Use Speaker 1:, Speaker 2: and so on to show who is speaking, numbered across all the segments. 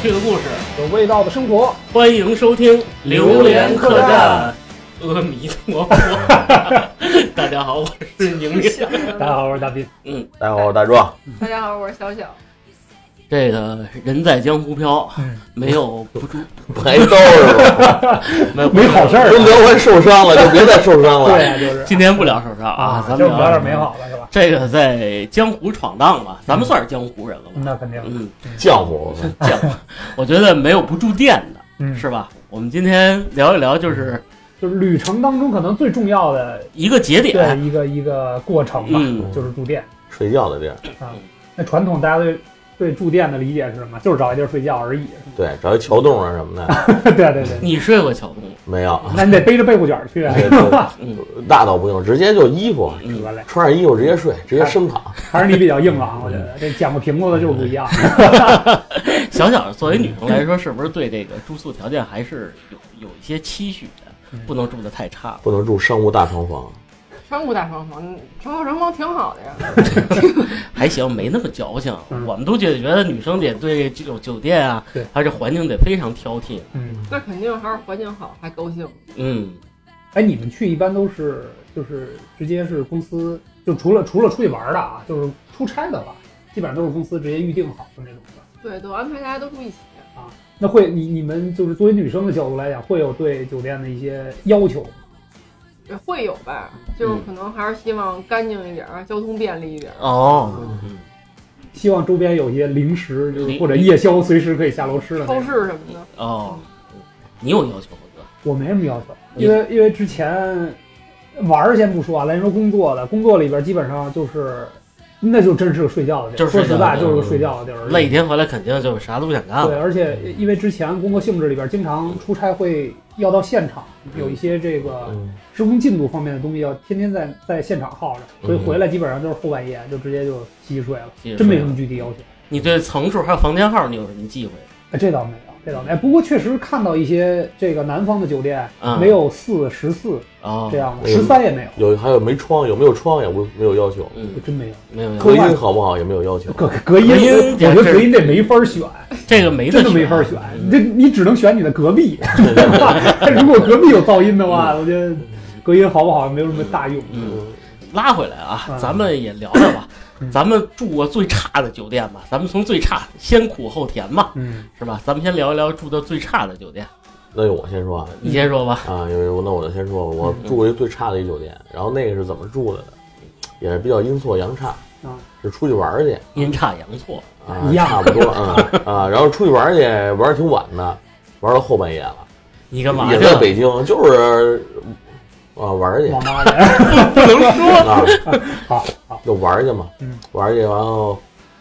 Speaker 1: 趣的故事，
Speaker 2: 有味道的生活，
Speaker 1: 欢迎收听《
Speaker 2: 榴莲客栈》
Speaker 1: 阿弥陀佛， 大家好，我是宁宁。
Speaker 2: 大家好，我是大斌。
Speaker 3: 大家好，我是大壮。
Speaker 4: 大家好，我是小小。
Speaker 1: 这个人在江湖飘，
Speaker 2: 嗯
Speaker 1: 没有不住，
Speaker 3: 白逗是吧？
Speaker 1: 没有
Speaker 2: 没好事儿
Speaker 3: 都聊完受伤了，就别再受伤了。
Speaker 2: 对呀，就是
Speaker 1: 今天不聊手上咱
Speaker 2: 就
Speaker 1: 啊们
Speaker 2: 啊聊点美。好嗯的是吧？
Speaker 1: 这个在江湖闯荡吧，咱们算是江湖人了吧？
Speaker 2: 那肯定，
Speaker 1: 嗯，
Speaker 3: 浆糊，
Speaker 1: 江，我觉得没有不住店的，
Speaker 2: 嗯，
Speaker 1: 是吧？我们今天聊一聊，就是
Speaker 2: 就是旅程当中可能最重要的
Speaker 1: 一个节
Speaker 2: 对
Speaker 1: 点，
Speaker 2: 一个一个过程吧，
Speaker 1: 嗯，
Speaker 2: 就是住店。
Speaker 3: 睡觉的地儿，
Speaker 2: 那传统大家对对住店的理解是什么？就是找一地儿睡觉而已。
Speaker 3: 对，找一桥洞啊什么的，
Speaker 2: 对对对，
Speaker 1: 你睡过桥洞？
Speaker 3: 没有。
Speaker 2: 那你得背着被褥卷去啊，
Speaker 3: 对对那倒不用，直接就衣服，
Speaker 2: 是
Speaker 1: 嗯，
Speaker 2: 吧？嘞，
Speaker 3: 穿上衣服直接睡，直接生躺。
Speaker 2: 还是你比较硬朗，我觉得这讲过评过的就是不一样。
Speaker 1: 小小作为女生
Speaker 2: 嗯
Speaker 1: 来说，是不是对这个住宿条件还是有有一些期许的
Speaker 2: 嗯？
Speaker 1: 不能住的太差了。
Speaker 3: 不能住商务大床房，
Speaker 4: 商务大床房，床上房挺好的呀。
Speaker 1: 还行，没那么矫情。
Speaker 2: 嗯
Speaker 1: 我们都觉得觉得女生得对这种酒店啊
Speaker 2: 对，
Speaker 1: 还有这环境得非常挑剔。
Speaker 2: 嗯，
Speaker 4: 那肯定还是环境好，还高兴。
Speaker 1: 嗯，
Speaker 2: 哎，你们去一般都是就是直接是公司，就除了除了出去玩的啊，就是出差的吧，基本上都是公司直接预定好的那种的。
Speaker 4: 对，都安排大家都住一起。
Speaker 2: 那会你你们就是作为女生的角度来讲，会有对酒店的一些要求吗，
Speaker 4: 也会有吧，就是可能还是希望干净一点儿，交通便利一点儿。
Speaker 1: 哦，
Speaker 2: 希望周边有一些零食，就是
Speaker 1: 零
Speaker 2: 或者夜宵随时可以下楼吃的那
Speaker 4: 超
Speaker 2: 种。
Speaker 4: 市什么的，
Speaker 1: 哦，你有要求吗，哥？
Speaker 2: 我没什么要求，
Speaker 1: 你
Speaker 2: 因为因为之前玩儿先不说啊，咱说工作的，工作里边基本上就是，那就真是个睡觉的地
Speaker 1: 就
Speaker 2: 儿。
Speaker 1: 是
Speaker 2: 说实
Speaker 1: 睡觉的地
Speaker 2: 在，
Speaker 1: 儿
Speaker 2: 就是个睡觉的地儿。
Speaker 1: 累啊一。天回来肯定就啥都不想干
Speaker 2: 对，啊
Speaker 1: 了。
Speaker 2: 而且因为之前工作性质里边，经常出差会要到现场，有一些这个
Speaker 3: 嗯，
Speaker 2: 施工进度方面的东西要天天在在现场耗着，所以回来基本上就是后半夜就直接就洗洗睡了，
Speaker 1: 其实
Speaker 2: 真没什么具体要求。
Speaker 1: 你对层数还有房间号，你有什么忌讳？
Speaker 2: 哎，这倒没有，这倒没有。不过确实看到一些这个南方的酒店
Speaker 1: 嗯
Speaker 2: 没有四十四
Speaker 1: 哦
Speaker 2: 这，样的，
Speaker 3: 哎呦
Speaker 2: 十三也没有，
Speaker 3: 有还有没窗，有没有窗也不没有要求，
Speaker 1: 嗯，
Speaker 2: 真没有。
Speaker 1: 没有没
Speaker 3: 隔
Speaker 1: 有，
Speaker 3: 音好不好也没有要求。
Speaker 2: 隔隔音，
Speaker 1: 隔音
Speaker 2: 我觉得隔音这没法选，
Speaker 1: 这个没得
Speaker 2: 真的没法选。
Speaker 1: 嗯
Speaker 2: 你这你只能选你的隔壁。 如果隔壁有噪音的话，我觉得隔音好不好没有什么大用。
Speaker 1: 嗯，
Speaker 3: 嗯，
Speaker 1: 拉回来啊，
Speaker 2: 嗯
Speaker 1: 咱们也聊聊吧
Speaker 2: 嗯。
Speaker 1: 咱们住过最差的酒店吧，咱们从最差先苦后甜嘛，
Speaker 2: 嗯，
Speaker 1: 是吧？咱们先聊一聊住的最差的酒店，
Speaker 3: 那就我先
Speaker 2: 嗯
Speaker 3: 说啊，
Speaker 1: 你先说吧。
Speaker 3: 啊，因为我那我就先说，我
Speaker 1: 嗯
Speaker 3: 住过一最差的一酒店，然后那个是怎么住的呢？也是比较阴错阳差
Speaker 2: 啊，
Speaker 3: 是出去玩儿去，
Speaker 1: 阴差阳错，
Speaker 3: 啊，
Speaker 2: 一样
Speaker 3: 差不多啊啊。然后出去玩儿去，玩儿挺晚的，玩儿到后半夜了，
Speaker 1: 你干嘛去
Speaker 3: 也在
Speaker 1: 了？
Speaker 3: 北京，就是啊玩儿去
Speaker 2: 网吧的，
Speaker 3: 啊，
Speaker 2: 好好，
Speaker 3: 就玩儿去嘛，
Speaker 2: 嗯
Speaker 3: 玩儿去，完后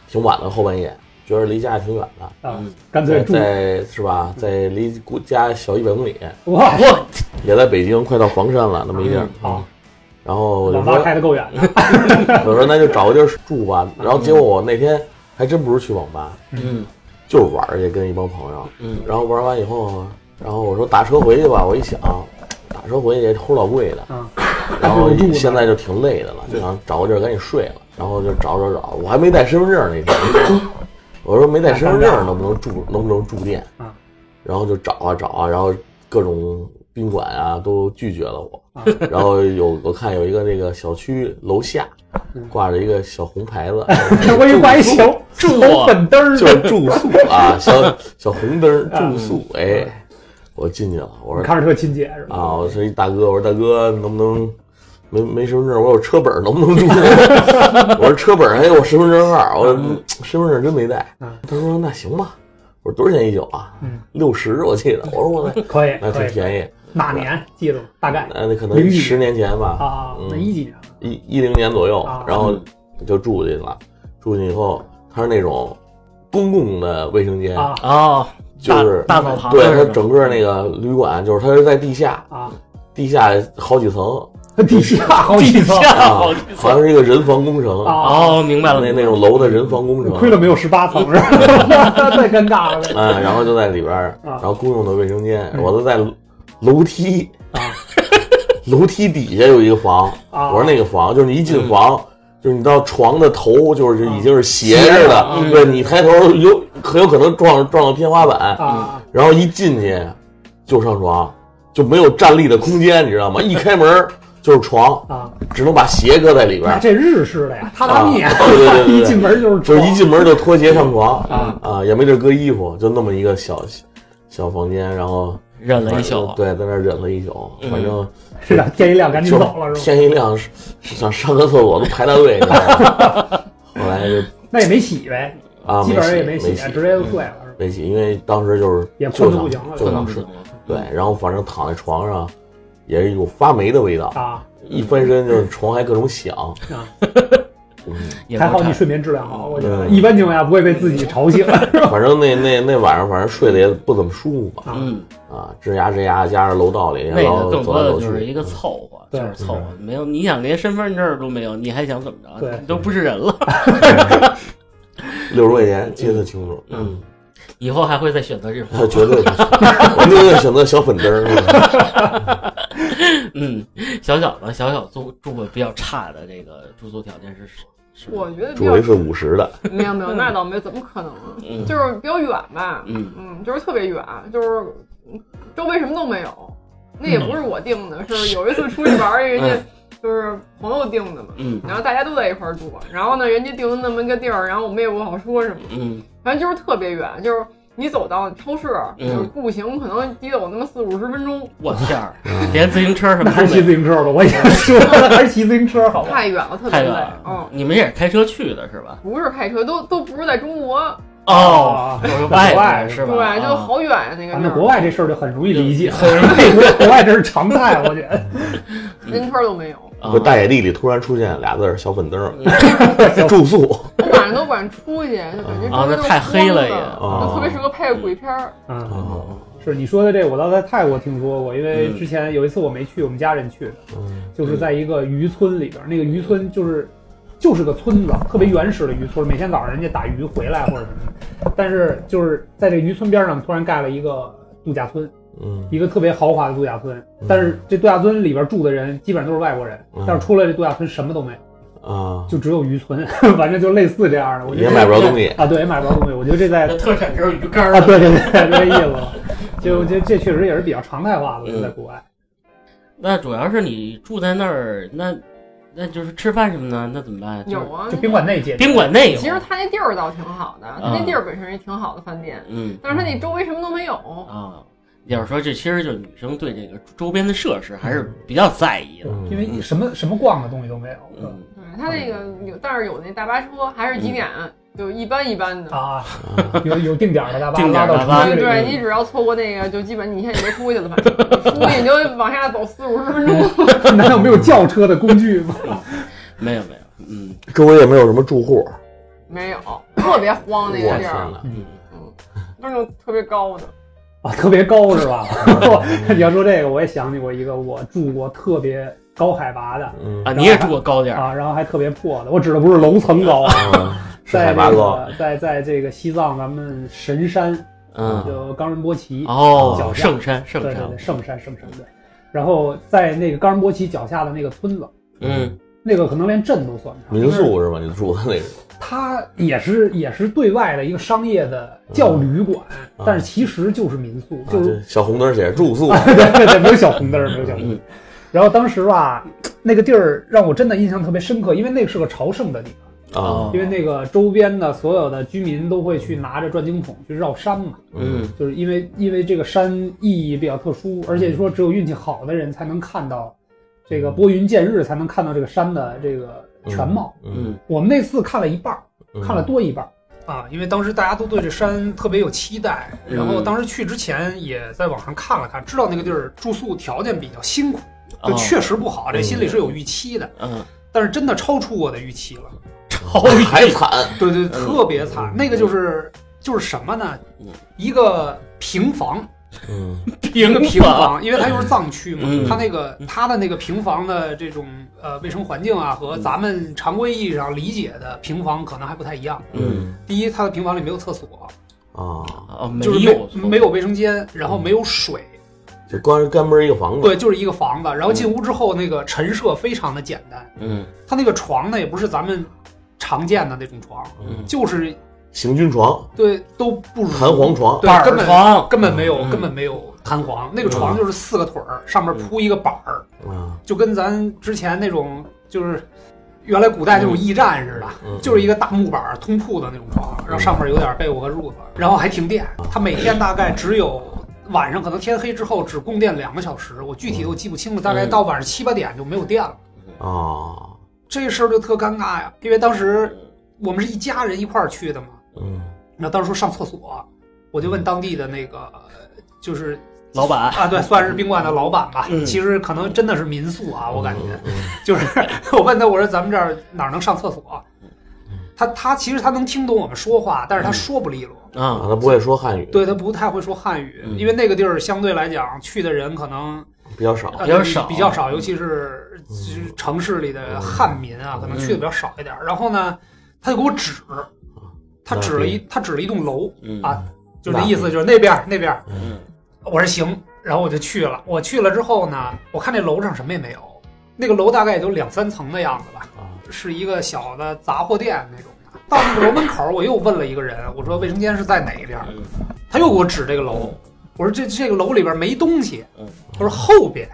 Speaker 3: 挺晚的，后半夜觉得离家也挺远的，
Speaker 2: 啊
Speaker 1: 嗯，
Speaker 2: 干脆
Speaker 3: 在
Speaker 2: 住嗯
Speaker 3: 在是吧，在离故家小一百公里，
Speaker 2: 哇，
Speaker 1: 我
Speaker 3: 也在北京，快到黄山了那么一地儿
Speaker 1: 嗯。
Speaker 2: 好，
Speaker 3: 然后我就
Speaker 2: 网吧
Speaker 3: 说，
Speaker 2: 开的够远的，
Speaker 3: 我说那就找个地儿住吧。然后结果我那天还真不是去网吧，
Speaker 1: 嗯
Speaker 3: 就是玩儿去，跟一帮朋友。
Speaker 1: 嗯
Speaker 3: 然后玩完以后，然后我说打车回去吧，我一想，打车回去也齁老贵的，
Speaker 2: 嗯，
Speaker 3: 然后
Speaker 2: 还不如住呢
Speaker 3: 现在就挺累的了，就想找个地儿赶紧睡了，然后就找找找，我还没带身份证那天， 我说没带身份证能不能住
Speaker 2: 嗯
Speaker 3: 能不能住店
Speaker 2: 啊，
Speaker 3: 然后就找啊找啊，然后各种宾馆啊都拒绝 了我
Speaker 2: 啊，
Speaker 3: 然后有我看有一个那个小区楼下
Speaker 2: 嗯
Speaker 3: 挂着一个小红牌子，
Speaker 2: 我一怀小
Speaker 1: 住
Speaker 2: 小粉灯儿
Speaker 3: 就是住 宿啊，小小红灯
Speaker 2: 嗯
Speaker 3: 儿住宿，哎，我进去了，我说
Speaker 2: 看着特亲切是吧？
Speaker 3: 啊，我说一大哥，我说大哥能不能没没身份证，我有车本儿能不能住？我说车本儿还 哎有我身份证号，我
Speaker 1: 嗯
Speaker 3: 身份证真没带
Speaker 2: 嗯。
Speaker 3: 他说那行吧，我说多少钱一宿啊
Speaker 2: 嗯？
Speaker 3: 六十我记得。我说我
Speaker 2: 可以，
Speaker 3: 那
Speaker 2: 可
Speaker 3: 挺
Speaker 2: 以。
Speaker 3: 便宜，
Speaker 2: 哪年记住？大概
Speaker 3: 那那可
Speaker 2: 零
Speaker 3: 能
Speaker 2: 几
Speaker 3: 十年前吧，
Speaker 2: 啊，
Speaker 3: 嗯
Speaker 2: 那一几年了
Speaker 3: 一一零年左右
Speaker 2: 啊，
Speaker 3: 然后就住进了。住进以后，它是那种公共的卫生间，
Speaker 2: 啊
Speaker 1: 哦，
Speaker 3: 就是
Speaker 1: 大大澡堂
Speaker 3: 对，它
Speaker 1: 是吧
Speaker 3: 整个那个旅馆就是它是在地下，
Speaker 2: 啊，
Speaker 3: 地下好几层，
Speaker 2: 地 下好
Speaker 1: 地
Speaker 2: 几层，
Speaker 1: 下
Speaker 3: 啊
Speaker 1: 好几，
Speaker 3: 好
Speaker 1: 层。
Speaker 3: 像是一个人防工程
Speaker 2: 啊
Speaker 1: 哦，明白了，
Speaker 3: 那那种楼的人防工程，
Speaker 2: 亏了没有十八层是 吧？太尴尬了呗
Speaker 3: 啊，然后就在里边儿，
Speaker 2: 啊
Speaker 3: 然后公用的卫生间，
Speaker 2: 嗯
Speaker 3: 我都在楼梯
Speaker 2: 啊
Speaker 3: 楼梯底下有一个房，
Speaker 2: 啊！嗯
Speaker 3: 我说那个房就是你一进房。就是你到床的头就是已经是斜
Speaker 2: 斜
Speaker 3: 着
Speaker 2: 着
Speaker 3: 的，
Speaker 2: 嗯
Speaker 3: 对你抬头有很有可能撞撞到天花板，
Speaker 2: 啊，
Speaker 3: 然后一进去就上床，就没有站立的空间，你知道吗？一开门就是床，
Speaker 2: 啊，
Speaker 3: 只能把鞋搁在里边
Speaker 2: 那
Speaker 3: 儿，
Speaker 2: 这日式的呀，榻榻米，
Speaker 3: 嗯啊对对对对对
Speaker 2: 一进门就是
Speaker 3: 就是一
Speaker 2: 床
Speaker 3: 进门就脱鞋上床
Speaker 2: 啊
Speaker 3: 啊，也没地儿搁衣服，就那么一个小小房间，然后
Speaker 1: 忍了一宿，
Speaker 3: 对，在那儿忍了一宿，
Speaker 1: 嗯
Speaker 3: 反正
Speaker 2: 是的，天一亮赶紧
Speaker 3: 就
Speaker 2: 走了是吧？
Speaker 3: 天一亮是是想上个厕所都排大队，你知道吗？ 后来就
Speaker 2: 那也没洗呗，
Speaker 3: 啊，
Speaker 2: 基
Speaker 3: 没
Speaker 2: 本上
Speaker 3: 洗嗯
Speaker 2: 也没洗，直接就睡了是吧？
Speaker 3: 没洗，因为当时就是
Speaker 2: 也困
Speaker 3: 就
Speaker 2: 得不
Speaker 3: 想
Speaker 2: 行了
Speaker 3: 就
Speaker 1: 可能嗯
Speaker 3: 想
Speaker 1: 不行
Speaker 3: 睡，
Speaker 1: 了。
Speaker 3: 对，然后反正躺在床上也是一股发霉的味道，
Speaker 2: 啊，
Speaker 3: 一翻身就是床还各种响，
Speaker 2: 嗯
Speaker 1: 也
Speaker 2: 还
Speaker 1: 不
Speaker 2: 好你
Speaker 1: 差
Speaker 2: 睡眠质量好，我觉得
Speaker 3: 嗯
Speaker 2: 一般情况下不会被自己吵 醒。
Speaker 3: 反正那那那晚上反正睡得也不怎么舒服吧，
Speaker 2: 啊
Speaker 1: 嗯，
Speaker 3: 啊，吱呀吱呀，加上楼道里，
Speaker 1: 那
Speaker 3: 然
Speaker 1: 个
Speaker 3: 后
Speaker 1: 更
Speaker 3: 走
Speaker 1: 多
Speaker 3: 来
Speaker 1: 的
Speaker 3: 走
Speaker 1: 就是
Speaker 3: 去，
Speaker 1: 一个凑合，就
Speaker 2: 对
Speaker 1: 是凑合，没有你想连身份证都没有，你还想怎么着？
Speaker 2: 对
Speaker 1: 你都不是人了，
Speaker 3: 六十块钱记得清楚，嗯，
Speaker 1: 以后还会再选择这 种。
Speaker 3: 那绝对不行， 我宁愿选择小粉灯 儿，
Speaker 1: 嗯，小小的小小住住过比较差的这个住宿条件是是是，
Speaker 4: 我觉得比
Speaker 3: 主
Speaker 4: 较
Speaker 3: 为是五十的，
Speaker 4: 没有没有，那倒没，怎么可能啊？
Speaker 1: 嗯
Speaker 4: 就是比较远吧，
Speaker 1: 嗯
Speaker 4: 就是特别远，就是嗯周围什么都没有。那也不是我定的，是有一次出去玩儿，人家就是朋友定的嘛，
Speaker 1: 嗯
Speaker 4: 然后大家都在一块儿住，然后呢，人家定的那么一个地儿，然后我们也不好说什么，
Speaker 1: 嗯
Speaker 4: 反正就是特别远，就是你走到超市，
Speaker 1: 嗯
Speaker 4: 就是步行可能得走那么四五十分钟，
Speaker 1: 我天儿，连自行车什么
Speaker 2: 还
Speaker 1: 都
Speaker 2: 是
Speaker 1: 没
Speaker 2: 骑
Speaker 1: 有，
Speaker 2: 自行车吧，我也说了，还是骑自行车好吧？
Speaker 4: 太远了，特别
Speaker 1: 哦太远
Speaker 4: 累。
Speaker 1: 了
Speaker 4: 嗯，。
Speaker 1: 你们也是开车去的是吧？
Speaker 4: 不是开车，都都不是在中国，
Speaker 1: 哦
Speaker 2: 哦，
Speaker 1: 都是
Speaker 2: 在国
Speaker 1: 外
Speaker 2: 外
Speaker 1: 的是
Speaker 4: 对，
Speaker 1: 吧？
Speaker 4: 就
Speaker 1: 啊
Speaker 4: 好远呀那个
Speaker 2: 反
Speaker 4: 地
Speaker 2: 正国
Speaker 4: 儿，
Speaker 2: 外这事儿就很容易理解，
Speaker 1: 很容
Speaker 2: 国外这是常态，我觉得。
Speaker 4: 连车都没有。
Speaker 1: 啊
Speaker 3: 不，大野地里突然出现俩字儿小粉灯儿，
Speaker 2: 小
Speaker 3: 住宿，
Speaker 4: 我晚上都不敢出去，就感觉
Speaker 1: 啊
Speaker 4: 周
Speaker 1: 那
Speaker 4: 围都
Speaker 1: 太黑了
Speaker 4: 了
Speaker 1: 也
Speaker 2: 哦
Speaker 4: 就特别适合拍个鬼片儿。
Speaker 2: 嗯，
Speaker 3: 嗯
Speaker 2: 是你说的这，我倒在泰国听说过，因为
Speaker 1: 嗯
Speaker 2: 之前有一次我没去，我们家人去的，
Speaker 3: 嗯
Speaker 2: 就是在一个渔村里边儿，那个渔村就是就是个村子，特别原始的渔村，每天早上人家打鱼回来或者什么的，但是就是在这渔村边上突然盖了一个度假村，
Speaker 3: 嗯
Speaker 2: 一个特别豪华的度假村，但是这度假村里边住的人基本上都是外国人
Speaker 3: 嗯，
Speaker 2: 但是出来这度假村什么都没有，
Speaker 3: 啊，
Speaker 2: 就只有渔村， 反正就类似这样的，我觉
Speaker 3: 也
Speaker 2: 得
Speaker 3: 买不着东西，
Speaker 2: 啊，对，也买不着东西，我觉得这在
Speaker 1: 特产只有鱼竿
Speaker 2: 啊，对对对，就这意思，就这这确实也是比较常态化的，
Speaker 1: 嗯
Speaker 2: 就在国外。
Speaker 1: 那主要是你住在那儿，那那就是吃饭什么的，那怎么办？就是
Speaker 4: 有啊，
Speaker 2: 就宾馆内解决
Speaker 1: 宾馆内有，
Speaker 4: 其实他那地儿倒挺好的，他那地儿本身也挺好的饭店，
Speaker 1: 嗯
Speaker 4: 但是他那周围什么都没有。
Speaker 1: 啊，要是说这其实就是女生对这个周边的设施还是比较在意的。
Speaker 3: 嗯
Speaker 2: 因为什么什么逛的东西都没有，
Speaker 1: 嗯，
Speaker 4: 对，他那个有，但是有那大巴车，还是几点，
Speaker 2: 嗯
Speaker 4: 就一般一般的。
Speaker 2: 啊，有有定点儿的大巴
Speaker 1: 定点儿
Speaker 2: 拉
Speaker 1: 的
Speaker 2: 到
Speaker 1: 大巴
Speaker 2: 城
Speaker 4: 对
Speaker 2: 市
Speaker 4: 对，
Speaker 2: 里
Speaker 4: 你只要错过那个，就基本你现在也别出去了，反正出去你就往下走四五十 分钟。
Speaker 2: 去，难道没有轿车的工具 吗？
Speaker 1: 没有没有，嗯，
Speaker 3: 周围也没有什么住户，
Speaker 4: 没有，特别荒
Speaker 3: 我
Speaker 4: 那个
Speaker 3: 天
Speaker 4: 地儿，
Speaker 1: 啊
Speaker 3: 哪，
Speaker 2: 嗯
Speaker 4: 都是那种特别高的。
Speaker 2: 啊，特别高是吧？ 我你要说这个，我也想起过一个，我住过特别高海拔的
Speaker 3: 嗯
Speaker 1: 啊，你也住过高点儿，
Speaker 2: 啊，然后还特别破的，我指的不是楼层高啊，
Speaker 3: 啊，是
Speaker 2: 在
Speaker 3: 海
Speaker 2: 那
Speaker 3: 拔高，
Speaker 2: 个在在这个西藏咱们神山，
Speaker 1: 嗯，
Speaker 2: 就冈仁波齐，
Speaker 1: 哦，
Speaker 2: 脚下
Speaker 1: 圣山圣
Speaker 2: 对对
Speaker 1: 山
Speaker 2: 对，，圣山圣山对，然后在那个冈仁波齐脚下的那个村子，
Speaker 1: 嗯
Speaker 2: 那个可能连镇都算不上，
Speaker 3: 民宿是吧？你住的那个
Speaker 2: 它也是也是对外的一个商业的叫旅馆，但是其实就是民宿，
Speaker 3: 嗯啊，
Speaker 2: 就是、啊
Speaker 3: 这小红灯写着住宿，
Speaker 2: 对对对，没有小红灯儿，没有小红灯 儿
Speaker 1: 嗯。
Speaker 2: 然后当时吧，那个地儿让我真的印象特别深刻，因为那是个朝圣的地方，
Speaker 1: 哦
Speaker 3: 啊，
Speaker 2: 因为那个周边的所有的居民都会去拿着转经筒去绕山嘛，
Speaker 1: 嗯
Speaker 2: 就是因为因为这个山意义比较特殊，而且说只有运气好的人才能看到这
Speaker 3: 嗯
Speaker 2: 个拨云见日，才能看到这个山的这个全貌。
Speaker 3: 嗯，
Speaker 1: 嗯
Speaker 2: 我们那次看了一半儿，
Speaker 3: 嗯
Speaker 2: 看了，多一半儿啊，因为当时大家都对这山特别有期待，然
Speaker 3: 嗯
Speaker 2: 后当时去之前也在网上看了看，知道那个地儿住宿条件比较辛苦，就
Speaker 1: 哦
Speaker 3: 啊
Speaker 2: 确实不好，这心里是有预期的，
Speaker 1: 嗯，
Speaker 2: 但是真的超出我的预期了，
Speaker 1: 超
Speaker 3: 还 惨，
Speaker 2: 对对，特别惨，
Speaker 3: 嗯
Speaker 2: 那个就是就是什么呢
Speaker 1: 嗯？
Speaker 2: 一个平房，
Speaker 3: 嗯
Speaker 2: 一个
Speaker 1: 平
Speaker 2: 平
Speaker 1: 房，
Speaker 2: 房，因为它又是藏区嘛
Speaker 1: 嗯，
Speaker 2: 它那个它的那个平房的这种呃卫生环境啊，
Speaker 1: 嗯
Speaker 2: 和咱们常规意义上理解的平房可能还不太一样。
Speaker 1: 嗯
Speaker 2: 第一，它的平房里没有厕所，
Speaker 3: 啊，
Speaker 1: 哦，没
Speaker 2: 嗯就是
Speaker 1: 有嗯
Speaker 2: 没没有卫生间，然后没有水，
Speaker 3: 就光干门一个房子，
Speaker 2: 对，就是一个房子。然后进屋之后，那个陈设非常的简单，
Speaker 1: 嗯
Speaker 2: 它那个床呢也不是咱们常见的那种床，
Speaker 1: 嗯，
Speaker 2: 就是
Speaker 3: 行军床、
Speaker 2: 对都不如
Speaker 3: 弹簧床，
Speaker 2: 对
Speaker 1: 板
Speaker 2: 根
Speaker 1: 儿
Speaker 2: 本
Speaker 1: 床，
Speaker 2: 根本没有
Speaker 1: 嗯
Speaker 2: 根本没有弹簧，那个床就是四个腿儿，上面铺一个板儿，
Speaker 3: 啊，
Speaker 2: 就跟咱之前那种就是原来古代那种驿站似的，
Speaker 3: 嗯
Speaker 2: 就是一个大木板儿通铺的那种床，然后上面有点被窝和褥子，然后还停电。它每天大概只有晚上可能天黑之后只供电两个小时，我具体我记不清了，大概到晚上七八点就没有电了。
Speaker 3: 啊，
Speaker 2: 这事儿就特尴尬呀，因为当时我们是一家人一块儿去的嘛，
Speaker 3: 嗯，
Speaker 2: 那当时上厕所，我就问当地的那个就是
Speaker 1: 老板，
Speaker 2: 啊，对，算是宾馆的老板吧，
Speaker 1: 嗯
Speaker 2: 其实可能真的是民宿啊，我感觉。
Speaker 3: 嗯，
Speaker 2: 就是 我问他，我说咱们这儿哪儿能上厕所
Speaker 3: 嗯？
Speaker 2: 他他其实他能听懂我们说话，但是他说不利落，
Speaker 3: 嗯啊，
Speaker 1: 啊，
Speaker 3: 他不会说汉语，
Speaker 2: 对他不太会说汉语，
Speaker 1: 嗯
Speaker 2: 因为那个地儿相对来讲去的人可能
Speaker 3: 比较少，
Speaker 2: 呃
Speaker 1: 比较少嗯
Speaker 2: 比较少，尤其是就是城市里的汉民啊，可能
Speaker 1: 嗯
Speaker 2: 去的比较少一点。然后呢，他就给我指，他指了一他指了一栋楼，
Speaker 1: 嗯
Speaker 2: 啊就是那意思就是那边儿那边儿。
Speaker 1: 嗯
Speaker 2: 我说行，然后我就去了。我去了之后呢，我看那楼上什么也没有，那个楼大概也就两三层的样子吧。
Speaker 3: 啊，
Speaker 2: 是一个小的杂货店那种的。到那个楼门口，我又问了一个人，我说卫生间是在哪一边？
Speaker 1: 嗯
Speaker 2: 他又给我指这个楼，我说这这个楼里边没东西
Speaker 1: 嗯，
Speaker 2: 他说后边，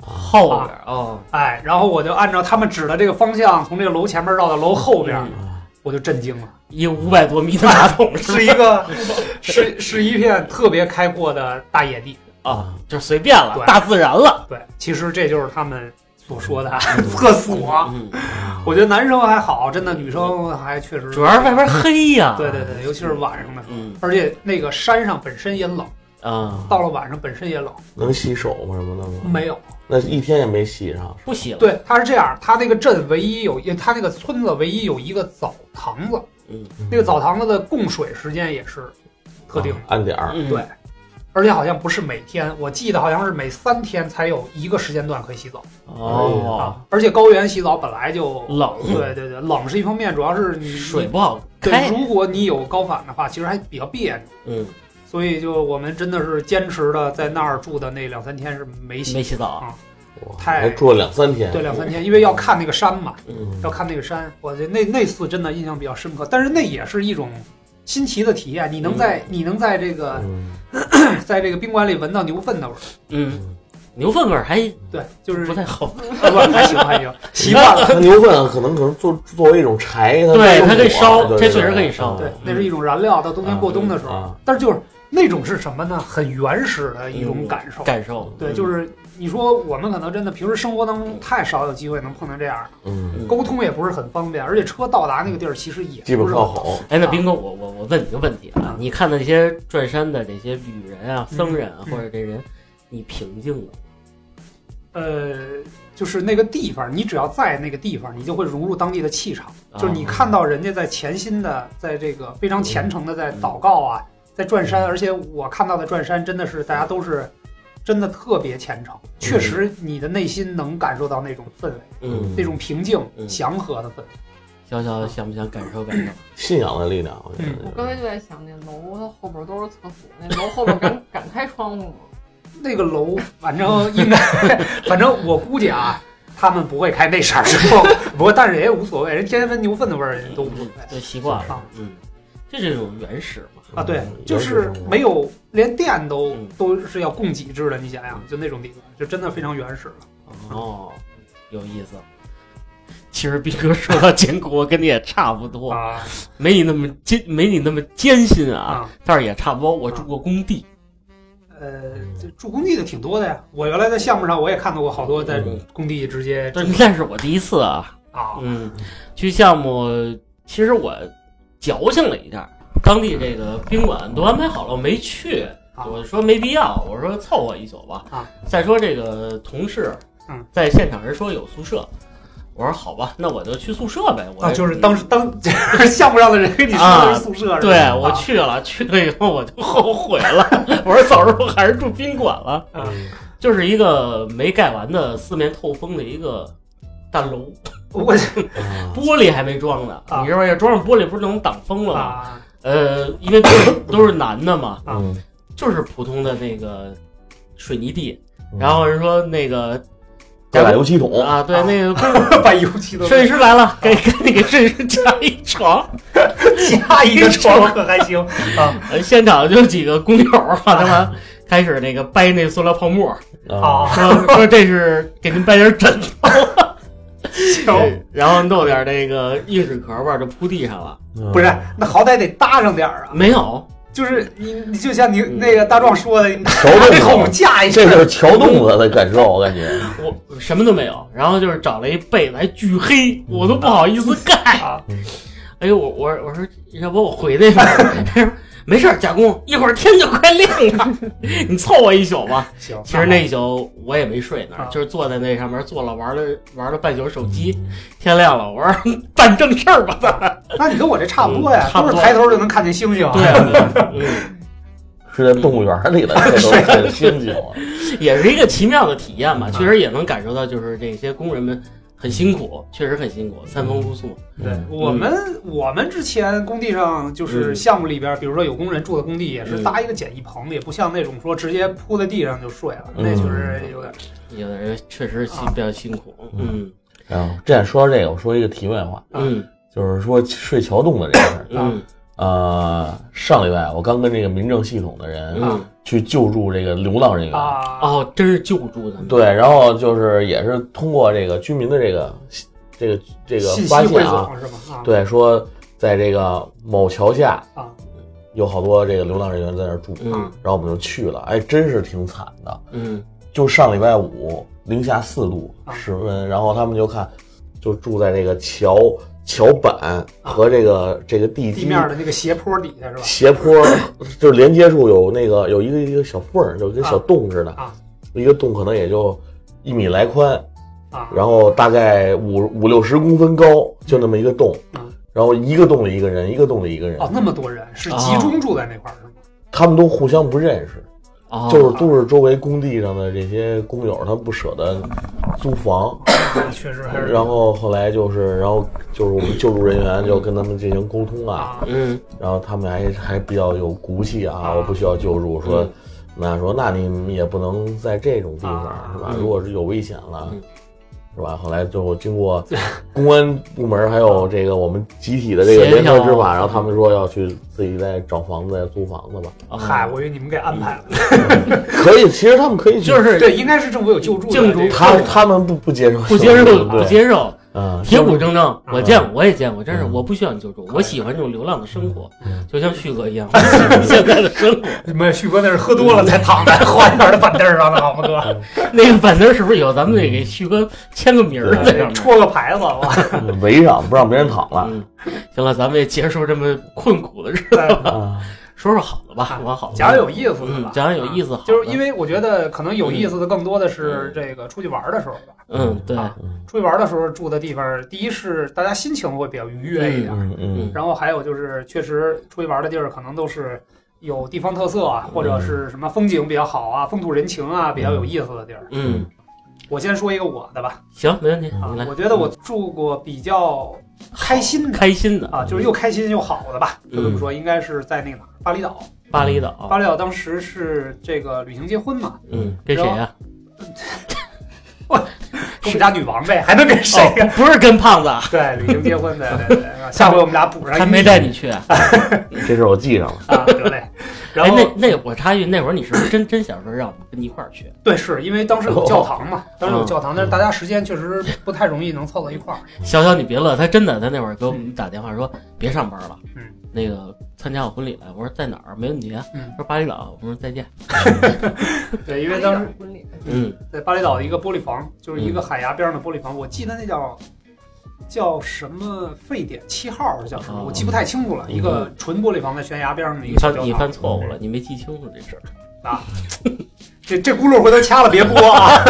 Speaker 1: 后边儿哦，
Speaker 2: 哎，然后我就按照他们指的这个方向，从这个楼前面绕到楼后边，
Speaker 1: 嗯
Speaker 2: 我就震惊了，
Speaker 1: 一五百多米的马桶是
Speaker 2: 是一个 是是一片特别开阔的大野地。
Speaker 1: 啊，就随便了
Speaker 2: 对，
Speaker 1: 大自然了，
Speaker 2: 对，其实这就是他们所说的 厕所。
Speaker 1: 嗯，
Speaker 3: 啊
Speaker 2: 我觉得男生还好，真的女生还确实
Speaker 1: 主要是外边嗯黑呀，
Speaker 2: 对对，对，尤其是晚上的时候。
Speaker 1: 嗯
Speaker 2: 而且那个山上本身也冷，
Speaker 1: 啊，
Speaker 2: 到了晚上本身也冷，
Speaker 3: 能洗手吗？什么的
Speaker 1: 嗯
Speaker 3: 吗？
Speaker 2: 没有。
Speaker 3: 那一天也没洗上，
Speaker 1: 不洗了，
Speaker 2: 对，它是这样，它那个镇唯一有，它那个村子唯一有一个澡堂子，
Speaker 1: 嗯
Speaker 2: 那个澡堂子的供水时间也是特定的，
Speaker 3: 啊按点儿，
Speaker 1: 嗯
Speaker 2: 对而且好像不是每天，我记得好像是每三天才有一个时间段可以洗澡、
Speaker 1: 哦，
Speaker 2: 啊。而且高原洗澡本来就。
Speaker 1: 冷，
Speaker 2: 对对对，冷是一方面，主要是你
Speaker 1: 水不好
Speaker 2: 嗯对，
Speaker 1: 开，
Speaker 2: 如果你有高反的话，其实还比较别扭。
Speaker 1: 嗯，
Speaker 2: 所以就我们真的是坚持的在那儿住的那两三天是没洗
Speaker 1: 没洗澡，
Speaker 3: 哇
Speaker 2: 嗯太
Speaker 3: 还住了两三天，
Speaker 2: 对，两三天，因为要看那个山嘛，
Speaker 3: 嗯
Speaker 2: 要看那个山。我觉得那那次真的印象比较深刻，但是那也是一种新奇的体验。你能在、你能在这个
Speaker 3: 嗯
Speaker 2: 在这个宾馆里闻到牛粪的味儿，
Speaker 1: 嗯， 牛粪味儿还
Speaker 2: 对，就是
Speaker 1: 不太好，
Speaker 2: 不还行还行，习惯了。
Speaker 3: 它牛粪啊可能可能作作为一种柴，它
Speaker 1: 对
Speaker 3: 用
Speaker 1: 它可以
Speaker 3: 火啊
Speaker 1: 烧这
Speaker 3: 对对
Speaker 1: 确实
Speaker 3: 对
Speaker 1: 可以烧
Speaker 2: 对，那是一种燃料，到冬天过冬的时候，
Speaker 3: 啊
Speaker 2: 但是就是那种是什么呢？很原始的一种感受。
Speaker 1: 感受，嗯
Speaker 2: 对，就是你说我们可能真的平时生活当中太少有机会能碰到这样的，
Speaker 3: 嗯，
Speaker 1: 嗯
Speaker 2: 沟通也不是很方便，而且车到达那个地儿其实也
Speaker 3: 基
Speaker 2: 不
Speaker 3: 本
Speaker 2: 是
Speaker 3: 靠
Speaker 2: 很
Speaker 3: 吼，
Speaker 1: 哎，那斌哥，我我我问你个问题啊，你看到这些转山的这些旅人啊、
Speaker 2: 嗯
Speaker 1: 僧人啊，
Speaker 2: 嗯
Speaker 1: 或者这人，你平静的，
Speaker 2: 呃，就是那个地方，你只要在那个地方，你就会融入当地的气场。
Speaker 1: 啊
Speaker 2: 就是你看到人家在潜心的，在这个非常虔诚的
Speaker 1: 嗯
Speaker 2: 在祷告啊，在转山，而且我看到的转山真的是大家都是真的特别虔诚，确实你的内心能感受到那种氛围，
Speaker 1: 嗯，
Speaker 2: 那种平静
Speaker 1: 嗯
Speaker 2: 祥和的氛围。
Speaker 1: 小小想不想感受感受？
Speaker 3: 信仰的力量，我觉
Speaker 2: 嗯
Speaker 4: 我
Speaker 3: 得
Speaker 4: 刚才就在想，那楼它后边都是厕所，那楼后边敢敢开窗户吗？
Speaker 2: 那个楼，反正应该， 反正我估计啊，他们不会开那扇窗， 不过但是也无所谓，人天天闻牛粪的味儿人都无所谓。
Speaker 1: 都习惯了
Speaker 2: 啊，
Speaker 1: 嗯，这是一种原始嘛，
Speaker 2: 啊，对
Speaker 3: 嗯，
Speaker 2: 就是没有连电都
Speaker 1: 嗯
Speaker 2: 都是要供给制的，你想想，就那种地方，就真的非常原始了。
Speaker 1: 哦，有意思。其实斌哥说到 艰苦，我跟你也差不多，
Speaker 2: 啊
Speaker 1: 没你那么艰，没你那么艰辛啊，
Speaker 2: 啊，
Speaker 1: 但是也差不多。我住过工地，
Speaker 2: 呃，这住工地的挺多的呀。我原来在项目上我也看到过好多在
Speaker 3: 嗯
Speaker 2: 工地直接
Speaker 1: 但那是我第一次啊，
Speaker 2: 啊，
Speaker 1: 嗯，去项目，其实我矫情了一下，当地这个宾馆都安排好了，我没去。
Speaker 2: 啊
Speaker 1: 我说没必要，我说凑合一宿吧。
Speaker 2: 啊
Speaker 1: 再说这个同事，
Speaker 2: 嗯
Speaker 1: 在现场人说有宿舍，我说好吧，那我就去宿舍呗。我
Speaker 2: 啊，就是当时当 项目上的人跟你说的是宿舍是吧？
Speaker 1: 对我
Speaker 2: 啊
Speaker 1: 去了，去了以后我就后悔了， 我说早知道我还是住宾馆了。
Speaker 3: 嗯
Speaker 1: 就是一个没盖完的四面透风的一个大楼，
Speaker 2: 我
Speaker 3: 啊
Speaker 1: 玻璃还没装呢。
Speaker 2: 啊
Speaker 1: 你知道要装上玻璃不是能挡风了吗？
Speaker 2: 啊
Speaker 1: 呃，因为都是都是男的嘛，
Speaker 2: 啊
Speaker 3: 嗯
Speaker 1: 就是普通的那个水泥地，
Speaker 3: 嗯
Speaker 1: 然后人说那个
Speaker 3: 再打油漆桶，
Speaker 1: 啊，对
Speaker 2: 啊，
Speaker 1: 那个
Speaker 2: 把油漆都
Speaker 1: 设计师来了，给给你给设计师加一床，
Speaker 2: 加一个床可还行 啊
Speaker 1: 呃，现场就几个工友啊，他妈开始那个掰那塑料泡 沫，
Speaker 3: 啊，
Speaker 2: 啊，
Speaker 1: 说说这是给您掰点枕头，
Speaker 2: 行，
Speaker 1: 然后弄点那个硬纸壳吧，就铺地上了。
Speaker 3: 嗯
Speaker 2: 不是，那好歹得搭上点儿啊，
Speaker 1: 没有，
Speaker 2: 就是你你就像你那个大壮说的，你
Speaker 3: 桥洞
Speaker 2: 拿
Speaker 3: 口
Speaker 2: 桶架一下
Speaker 3: 这，是桥洞子的感受，我感觉
Speaker 1: 我什么都没有。然后就是找了一被子，还巨黑，我都不好意思盖。
Speaker 2: 啊
Speaker 1: 哎呦，我我我说，要不我回那边 儿？他说没事儿，贾工，一会儿天就快亮了， 你凑我一宿吧。
Speaker 2: 行，
Speaker 1: 其实那一宿我也没睡那儿，
Speaker 2: 啊
Speaker 1: 就是坐在那上面坐了玩了玩了半宿手机。天亮了，我说办正事儿吧，咱们。
Speaker 2: 那你跟我这差不多呀
Speaker 1: 嗯，差不
Speaker 2: 都是
Speaker 1: 多
Speaker 2: 抬头就能看见星星啊，
Speaker 1: 对啊，嗯。
Speaker 3: 是在动物园里的， 这都是很新奇了。
Speaker 1: 也是一个奇妙的体验吧。确实也能感受到，就是这些工人们很辛苦，确实很辛苦，三风露宿。
Speaker 2: 对我们，我们之前工地上就是
Speaker 1: 嗯
Speaker 2: 项目里边，比如说有工人住的工地，也是
Speaker 1: 嗯
Speaker 2: 搭一个简易棚，也不像那种说直接铺在地上就睡了，
Speaker 3: 嗯
Speaker 2: 那就是有点
Speaker 1: 有的人确实辛
Speaker 2: 啊
Speaker 1: 比较辛苦，嗯
Speaker 3: 嗯然后这样说到这个，我说一个题外话，
Speaker 2: 啊
Speaker 1: 嗯
Speaker 3: 就是说睡桥洞的这个事儿。
Speaker 1: 嗯
Speaker 3: 呃，上礼拜我刚跟这个民政系统的人
Speaker 1: 嗯，
Speaker 3: 去救助这个流浪人员，
Speaker 2: 啊
Speaker 1: 哦，真是救助他们，
Speaker 3: 对，然后就是也是通过这个居民的这个这个这个
Speaker 2: 信息
Speaker 3: 发
Speaker 2: 汇
Speaker 3: 现啊，
Speaker 2: 总是吗？啊，
Speaker 3: 对，说在这个某桥下
Speaker 2: 啊
Speaker 3: 有好多这个流浪人员在那儿住，
Speaker 1: 嗯
Speaker 3: 然后我们就去了，哎，真是挺惨的。
Speaker 1: 嗯
Speaker 3: 就上礼拜五零下四度
Speaker 2: 啊
Speaker 3: 室温，然后他们就看，就住在这个桥桥板和这个这个地
Speaker 2: 啊地
Speaker 3: 基
Speaker 2: 面的那个斜坡底下是吧？
Speaker 3: 斜坡，就是连接处有那个有一个一个小缝儿，就跟小洞似的
Speaker 2: 啊，
Speaker 3: 一个洞可能也就一米来宽，
Speaker 2: 啊，
Speaker 3: 然后大概五五六十公分高，就那么一个洞
Speaker 2: 嗯，
Speaker 3: 然后一个洞里一个人，一个洞里一个人，
Speaker 2: 哦，那么多人是集中住在那块儿是吗？
Speaker 3: 他们都互相不认识，
Speaker 1: 哦，
Speaker 3: 就是都是周围工地上的这些工友，他不舍得租房，
Speaker 2: 那确实还是
Speaker 3: 然后后来就是，然后就是我们救助人员就跟他们进行沟通啊，
Speaker 2: 啊，
Speaker 1: 嗯
Speaker 3: 然后他们还还比较有骨气啊，
Speaker 2: 啊
Speaker 3: 我不需要救助，说
Speaker 1: 嗯
Speaker 3: 那说那你们也不能在这种地
Speaker 2: 啊
Speaker 3: 方是吧？
Speaker 1: 嗯
Speaker 3: 如果是有危险了
Speaker 1: 嗯。
Speaker 3: 是吧？后来最后 经过公安部门还有这个我们集体的这个
Speaker 1: 啊协
Speaker 3: 联
Speaker 1: 调嗯
Speaker 3: 合执法，然后他们说要去自己再找房子、租房子吧。
Speaker 1: 哦
Speaker 2: 嗨，我以为你们给安排了，
Speaker 3: 可以，其实他们可以去，
Speaker 1: 就是
Speaker 2: 对，应该是政府有救助
Speaker 1: 嗯
Speaker 2: 的
Speaker 1: 建筑
Speaker 2: 这个
Speaker 3: 他他们不不接受，
Speaker 1: 不接受不
Speaker 3: 对，
Speaker 1: 接受，
Speaker 3: 嗯，
Speaker 1: 铁骨铮
Speaker 2: 啊
Speaker 1: 铮，我见过我也见过，真是
Speaker 3: 嗯
Speaker 1: 我不需要你救助，我喜欢这种流浪的生活
Speaker 3: 嗯，
Speaker 1: 就像旭哥一样， 我喜欢现在的生活。
Speaker 2: 没有，旭哥那是喝多了才躺在花园的板凳上的，好吗哥？
Speaker 1: 那个板凳是不是有？咱们得
Speaker 3: 嗯
Speaker 1: 给旭哥签个 名儿在上面。
Speaker 2: 戳个牌子，我
Speaker 3: 围上不让别人躺了。
Speaker 1: 嗯，行了，咱们也结束这么困苦的日子，
Speaker 3: 啊，
Speaker 1: 说说好的吧，往好的
Speaker 2: 讲有意思的吧啊
Speaker 1: 嗯，？讲讲有意思，好的
Speaker 2: 就是因为我觉得可能有意思的更多的是这个出去玩的时候吧。
Speaker 1: 嗯，对，
Speaker 2: 啊出去玩的时候住的地方，第一是大家心情会比较愉悦一点，
Speaker 3: 嗯嗯
Speaker 2: 然后还有就是确实出去玩的地儿可能都是有地方特色啊，或者是什么风景比较好啊、风土人情啊比较有意思的地儿。
Speaker 1: 嗯，
Speaker 2: 我先说一个我的吧，
Speaker 1: 行，没问题，
Speaker 2: 啊
Speaker 1: 你来，嗯
Speaker 2: 我觉得我住过比较开心的
Speaker 1: 开心的
Speaker 2: 啊，就是又开心又好的吧，就这么
Speaker 1: 嗯
Speaker 2: 说，应该是在那个哪儿，巴厘岛。
Speaker 1: 巴厘岛，
Speaker 2: 巴厘岛当时是这个旅行结婚嘛，
Speaker 1: 嗯，跟谁呀？
Speaker 2: 跟我们家女王呗，还能跟谁呀、
Speaker 1: 哦不是跟胖子啊，
Speaker 2: 对，旅行结婚，对对对， 啊下回我们俩补上一
Speaker 1: 还没带你去啊？
Speaker 3: 嗯，这事儿我记上了。
Speaker 2: 啊，得 嘞。然
Speaker 1: 哎，
Speaker 2: 后、
Speaker 1: 那那我插一句，那会儿你是不是真真想说让我们跟你一块儿去？
Speaker 2: 对，是因为当时
Speaker 1: 哦
Speaker 2: 有教堂嘛，
Speaker 1: 嗯
Speaker 2: 当时有教堂，但是大家时间确实不太容易能凑到一 块儿。
Speaker 1: 小小你别乐，他真的，他那会儿给我们打电话说别上班了，
Speaker 2: 嗯，
Speaker 1: 那个参加我婚礼来，我说在哪儿？没问题啊，
Speaker 2: 嗯
Speaker 1: 他说巴厘岛，我说再见，
Speaker 2: 对，因为当时
Speaker 4: 婚礼，
Speaker 1: 嗯
Speaker 2: 在巴厘岛的一个玻璃房，就是一个海牙边上的玻璃房，我记得那叫叫什么沸点七号还是叫什么，
Speaker 1: 哦嗯
Speaker 2: 我记不太清楚了。一个纯玻璃房在悬崖边上的一
Speaker 1: 你
Speaker 2: 个小嗯
Speaker 1: 犯
Speaker 2: 教
Speaker 1: 你
Speaker 2: 堂
Speaker 1: 犯。错误了，你没记清楚这事儿。
Speaker 2: 这这轱辘回头掐了别播啊。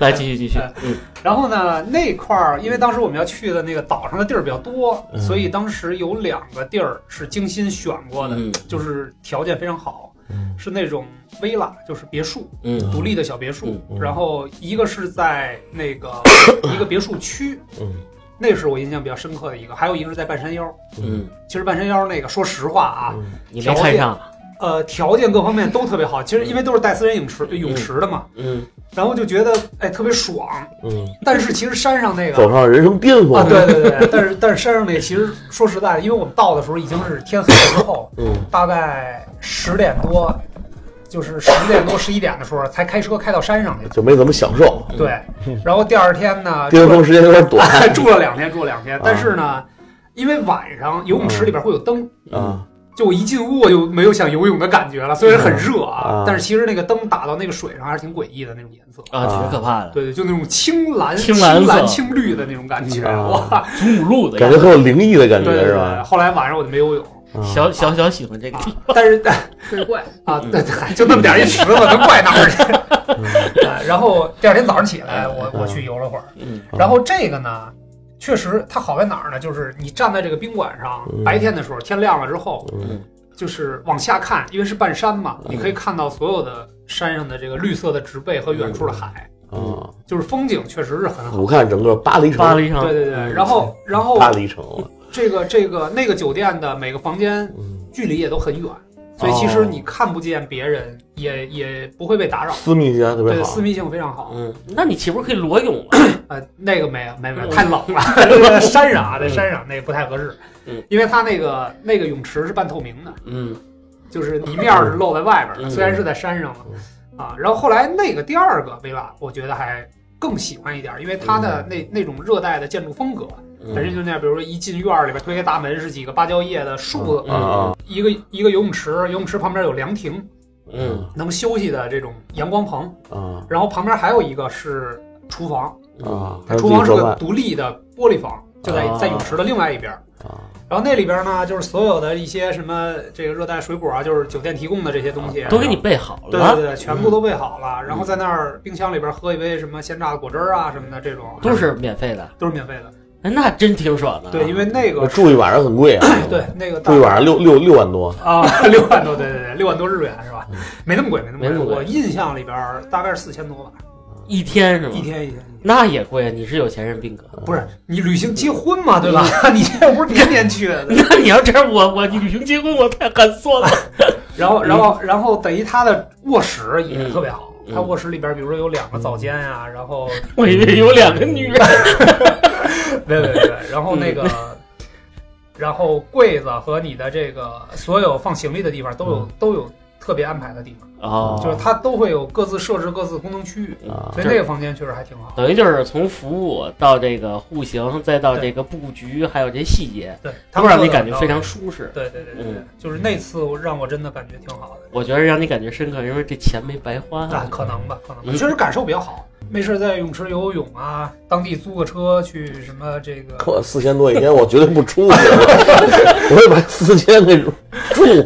Speaker 1: 来，继续继续，
Speaker 2: 哎
Speaker 1: 嗯
Speaker 2: 然后呢，那块儿因为当时我们要去的那个岛上的地儿比较多，
Speaker 3: 嗯
Speaker 2: 所以当时有两个地儿是精心选过的，
Speaker 1: 嗯
Speaker 2: 就是条件非常好，
Speaker 3: 嗯
Speaker 2: 是那种 villa，就是别墅，
Speaker 1: 嗯
Speaker 2: 独立的小别墅。
Speaker 1: 嗯
Speaker 3: 嗯
Speaker 2: 然后一个是在那个 一个别墅区，
Speaker 3: 嗯
Speaker 2: 那是我印象比较深刻的一个，还有一个是在半山腰。
Speaker 1: 嗯，
Speaker 2: 其实半山腰那个，说实话啊，
Speaker 3: 嗯
Speaker 1: 你没看上啊，
Speaker 2: 呃条件各方面都特别好。其实因为都是带私人泳池泳池的嘛，
Speaker 1: 嗯
Speaker 2: 然后就觉得哎特别爽。
Speaker 3: 嗯，
Speaker 2: 但是其实山上那
Speaker 3: 走
Speaker 2: 个
Speaker 3: 上人生巅峰
Speaker 2: 啊，，对对 对，但是但是山上那其实说实在的，因为我们到的时候已经是天黑了之后，
Speaker 3: 嗯
Speaker 2: 大概十点多，就是十点多十一点的时候才开车开到山上去。
Speaker 1: 嗯
Speaker 3: 就没怎么享受，
Speaker 2: 对，然后第二天
Speaker 1: 啊
Speaker 2: 呢，
Speaker 3: 巅峰时间有点短
Speaker 2: 住了两天，住了两
Speaker 3: 啊
Speaker 2: 天，但是呢，因为晚上游泳
Speaker 3: 嗯
Speaker 2: 池里边会有灯，
Speaker 1: 嗯
Speaker 3: 啊
Speaker 2: 就我一进屋我就没有想游泳的感觉了。虽然很热
Speaker 3: 啊
Speaker 2: 啊，但是其实那个灯打到那个水上还是挺诡异的那种颜色。
Speaker 1: 啊，挺可怕的，
Speaker 2: 对对，就那种青蓝、
Speaker 1: 青
Speaker 2: 青
Speaker 1: 蓝色
Speaker 2: 蓝、青绿的那种感觉，
Speaker 3: 啊
Speaker 2: 哇！
Speaker 1: 祖母绿的
Speaker 3: 感
Speaker 1: 样
Speaker 3: 觉
Speaker 1: 子
Speaker 3: 很有灵异的感
Speaker 2: 对
Speaker 3: 觉
Speaker 2: 对
Speaker 3: 是
Speaker 2: 对，
Speaker 3: 吧？
Speaker 2: 后来晚上我就没游泳
Speaker 3: 啊
Speaker 1: 小小小喜欢这个
Speaker 2: 啊
Speaker 1: 地方，
Speaker 2: 但是
Speaker 4: 水 怪，
Speaker 2: 啊，
Speaker 1: 嗯
Speaker 2: 对对，就那么点儿一池子，能怪哪儿去？ 啊然后第二天早上起
Speaker 3: 哎
Speaker 2: 来，我我去游了会儿。
Speaker 1: 嗯
Speaker 2: 然后这个呢，确实它好在哪儿呢？就是你站在这个宾馆上
Speaker 3: 嗯，
Speaker 2: 白天的时候天亮了之后，
Speaker 3: 嗯
Speaker 2: 就是往下看，因为是半山嘛，
Speaker 3: 嗯
Speaker 2: 你可以看到所有的山上的这个绿色的植被和远处的海，
Speaker 3: 啊，
Speaker 2: 就是风景确实是很好。
Speaker 3: 俯瞰整个巴黎城，
Speaker 1: 巴黎上，
Speaker 2: 对对
Speaker 3: 嗯
Speaker 2: 对，然 后然后
Speaker 3: 巴黎城了，
Speaker 2: 这个这个那个酒店的每个房间
Speaker 3: 嗯，
Speaker 2: 距离也都很远，所以其
Speaker 3: 哦
Speaker 2: 实你看不见别人，也也不会被打扰。
Speaker 3: 私密性还特别
Speaker 2: 对，
Speaker 3: 好
Speaker 2: 私，密性非常好。
Speaker 1: 嗯，那你岂不是可以裸泳了？
Speaker 2: 呃，那个没有，没有没有，
Speaker 1: 嗯
Speaker 2: 太冷 了，山上啊，在山上那个不太合适。
Speaker 1: 嗯，
Speaker 2: 因为它那个那个泳池是半透明的，
Speaker 1: 嗯
Speaker 2: 就是一面儿是露在外边儿的，
Speaker 1: 嗯
Speaker 2: 虽然是在山上了啊。然后后来那个第二个维瓦，我觉得还更喜欢一点儿，因为它的那那种热带的建筑风格，本身
Speaker 1: 嗯
Speaker 2: 就那样，比如说一进院儿里边推开大门是几个芭蕉叶的树子，
Speaker 3: 啊啊，
Speaker 2: 一个一个游泳池，游泳池旁边有凉亭，
Speaker 1: 嗯
Speaker 2: 能休息的这种阳光棚，
Speaker 3: 啊
Speaker 2: 然后旁边还有一个是厨房。
Speaker 3: 啊，还
Speaker 2: 它
Speaker 3: 有
Speaker 2: 厨
Speaker 3: 自己
Speaker 2: 房是
Speaker 3: 做
Speaker 2: 个
Speaker 3: 饭
Speaker 2: 独立的玻璃房，就在
Speaker 1: 啊
Speaker 2: 在泳池的另外一边。
Speaker 3: 啊，
Speaker 2: 然后那里边呢，就是所有的一些什么这个热带水果啊，就是酒店提供的这些东西，
Speaker 1: 啊都给你备好
Speaker 2: 对对
Speaker 1: 了，嗯
Speaker 2: 对，全部都备好了。然后在那儿冰箱里边喝一杯什么鲜榨的果汁儿啊什么的，这种
Speaker 1: 都是免费的，
Speaker 2: 都是免费的。
Speaker 1: 哎，那真挺爽的。
Speaker 2: 对，因为那
Speaker 3: 那
Speaker 2: 个，
Speaker 3: 住一晚上很贵啊
Speaker 2: 对那个大
Speaker 3: 住一晚上六六六万 多，
Speaker 2: 啊六万多，对对对，六万多日元是吧
Speaker 3: 嗯？
Speaker 2: 没那么贵，没那
Speaker 1: 没那么
Speaker 2: 么
Speaker 1: 贵
Speaker 2: 我印象里边大概是四千多吧，
Speaker 1: 一天是吗
Speaker 2: 一？天一天。一天
Speaker 1: 那也贵，你是有钱人宾客。
Speaker 2: 不是你旅行结婚嘛，对吧？ 你这不是年年去的，
Speaker 1: 那你要这样，我我旅行结婚我太寒酸 了。
Speaker 2: 然后，然后，然后等于它的卧室也特别好
Speaker 1: 嗯嗯，嗯嗯
Speaker 2: 它卧室里边，比如说有两个澡间呀、然后
Speaker 1: 我以为有两个女人。
Speaker 2: 对 对对，然后那个，然后柜子和你的这个所有放行李的地方都有都有特别安排的地方，
Speaker 1: 嗯哦，
Speaker 2: 就是它都会有各自设置各自功能区域，
Speaker 3: 啊
Speaker 2: 嗯所以那个房间确实还挺好。
Speaker 1: 等于就是从服务到这个户型，再到这个布局，还有这细节，
Speaker 2: 对，它
Speaker 1: 都让
Speaker 2: 做
Speaker 1: 你
Speaker 2: 得
Speaker 1: 感觉
Speaker 2: 很
Speaker 1: 非
Speaker 2: 到
Speaker 1: 常
Speaker 2: 位。
Speaker 1: 舒适。
Speaker 2: 对对对对对
Speaker 1: 嗯，
Speaker 2: 就是那次我让我真的感觉挺好的。
Speaker 1: 我觉得让你感觉深刻，因为这钱没白花。
Speaker 2: 啊，可能吧，可能吧
Speaker 1: 嗯
Speaker 2: 确实感受比较好。没事儿在泳池游游泳啊，当地租个车去什么这个
Speaker 3: 可四千多一天，我绝对不出去了， 我也把四千给住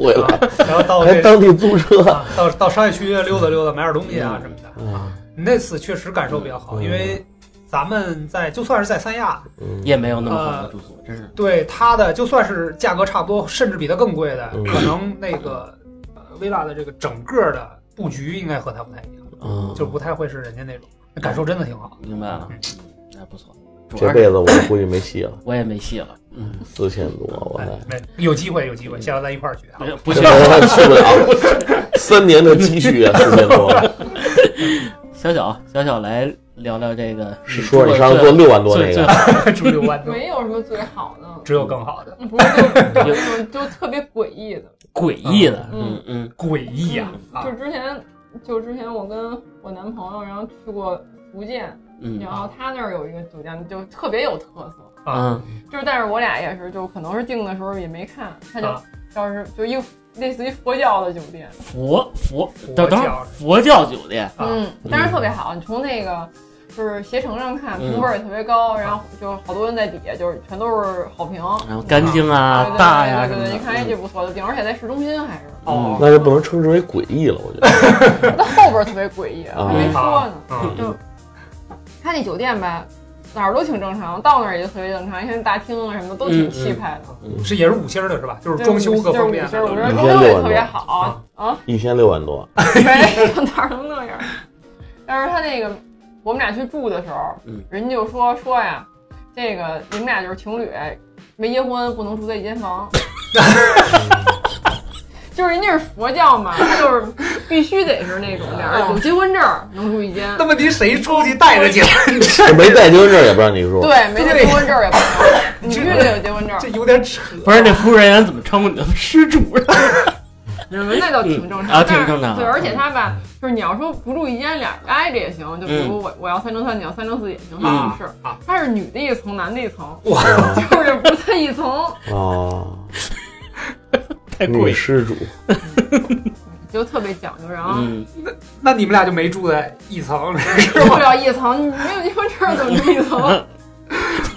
Speaker 3: 回来，
Speaker 2: 然后到
Speaker 3: 还
Speaker 2: 这
Speaker 3: 当地租车
Speaker 2: 啊，到到商业区溜达溜达，买点东西啊
Speaker 1: 嗯
Speaker 2: 什么的。
Speaker 3: 啊，
Speaker 2: 那次确实感受比较好，
Speaker 3: 嗯
Speaker 2: 因为咱们在就算是在三亚，
Speaker 3: 嗯
Speaker 1: 也没有那么好
Speaker 4: 呃
Speaker 1: 的住所，真是。
Speaker 2: 对它的就算是价格差不多，甚至比它更贵的，
Speaker 3: 嗯
Speaker 2: 可能那个呃薇拉的这个整个的布局应该和它不太一样，
Speaker 3: 啊，
Speaker 2: 就不太会是人家那种。感受真的挺好，
Speaker 1: 明白了，
Speaker 2: 嗯
Speaker 1: 嗯，那不错。主
Speaker 3: 这
Speaker 1: 要
Speaker 3: 辈
Speaker 1: 是
Speaker 3: 子我估计没戏了，
Speaker 1: 我也没戏了，嗯，
Speaker 3: 四千多，我
Speaker 2: 哎
Speaker 3: 操。，
Speaker 2: 那有机会有机会，下次咱一块儿去啊。
Speaker 1: 不
Speaker 3: 这
Speaker 1: 行，
Speaker 3: 我也去不了，三年的积蓄啊，四 千多，
Speaker 1: 小小小小来聊聊这个，
Speaker 3: 是说你上次做
Speaker 1: 做
Speaker 3: 六万多那
Speaker 1: 最最
Speaker 3: 个，
Speaker 2: 住六万多，
Speaker 4: 没有什么最好 的，
Speaker 2: 只有更好的，
Speaker 4: 不是就就那种就特别诡异的。
Speaker 1: 诡异的，嗯
Speaker 4: 嗯
Speaker 1: 嗯
Speaker 2: 诡异呀啊
Speaker 4: 就！之前，就之前我跟我男朋友，然后去过福建，
Speaker 1: 嗯
Speaker 4: 然后他那儿有一个酒店，就特别有特色。
Speaker 2: 啊
Speaker 1: 嗯
Speaker 4: 就是，但是我俩也是，就可能是订的时候也没看，他就
Speaker 2: 啊
Speaker 4: 要是就一个类似于佛教的酒店，
Speaker 1: 佛佛
Speaker 2: 佛
Speaker 1: 等等会
Speaker 2: 教
Speaker 1: 儿嗯佛教酒店，
Speaker 2: 啊
Speaker 4: 嗯，但是特别好。你从那个就是携程上看，
Speaker 1: 嗯
Speaker 4: 评分也特别高，然后就好多人在底下就是全都是好评。
Speaker 1: 然后干净啊、
Speaker 4: 对
Speaker 1: 大呀
Speaker 4: 对
Speaker 1: 什
Speaker 4: 嗯对
Speaker 1: 么
Speaker 4: 对
Speaker 1: 的，嗯
Speaker 4: 对，一看哎这不错的地方，而且在市中心还是。
Speaker 2: 哦，
Speaker 3: 那就不能称之为诡异了，我觉得。
Speaker 4: 那后边儿特别诡异，
Speaker 3: 啊
Speaker 4: 还没说呢。
Speaker 2: 啊
Speaker 4: 就他那酒店吧，哪儿都挺正常，到那儿也就特别正常。你看大厅啊什么的都挺气派的，
Speaker 2: 嗯是也是五星儿的是吧？就是
Speaker 4: 就是
Speaker 2: 装修各方面
Speaker 4: 就
Speaker 2: 的，
Speaker 4: 是五星儿我觉得
Speaker 3: 嗯
Speaker 4: 装修也特别好啊，
Speaker 3: 一千六 万多，
Speaker 4: 没哪儿能那样。但是他那个，我们俩去住的时候，
Speaker 1: 嗯
Speaker 4: 人家就说说呀，这个你们俩就是情侣，没结婚不能住在一间房。就是人家是佛教嘛，就是必须得是那种点儿有结婚证儿能住一间。
Speaker 2: 那问题谁出去带着结婚
Speaker 3: 这
Speaker 2: 证？
Speaker 3: 没带结婚证也不让你入，
Speaker 4: 对，没这结婚证儿也不行，你必须得有结婚 证儿
Speaker 2: 这。有点扯。
Speaker 1: 不是那服务人员怎么称呼你的施主？
Speaker 4: 嗯，那倒挺正
Speaker 1: 嗯
Speaker 4: 常，
Speaker 1: 啊
Speaker 4: 但是
Speaker 1: 挺正常
Speaker 4: 对，
Speaker 1: 嗯
Speaker 4: 而且他吧，就是你要说不住一间，俩人挨着也行，就比
Speaker 3: 嗯
Speaker 4: 如我、我要三乘三，你要三乘四也行，
Speaker 1: 嗯
Speaker 4: 是
Speaker 2: 啊。
Speaker 4: 他是女的一层，男的一层，
Speaker 2: 哇，
Speaker 4: 就是 不在一层，
Speaker 3: 嗯哦，
Speaker 1: 太
Speaker 3: 女
Speaker 1: 贵。
Speaker 3: 施主，
Speaker 4: 就特别讲究。然后
Speaker 1: 嗯，
Speaker 2: 那你们俩就没住在一层是
Speaker 4: 住不
Speaker 2: 吗？
Speaker 4: 了一层，你没有结婚证怎么住一 层？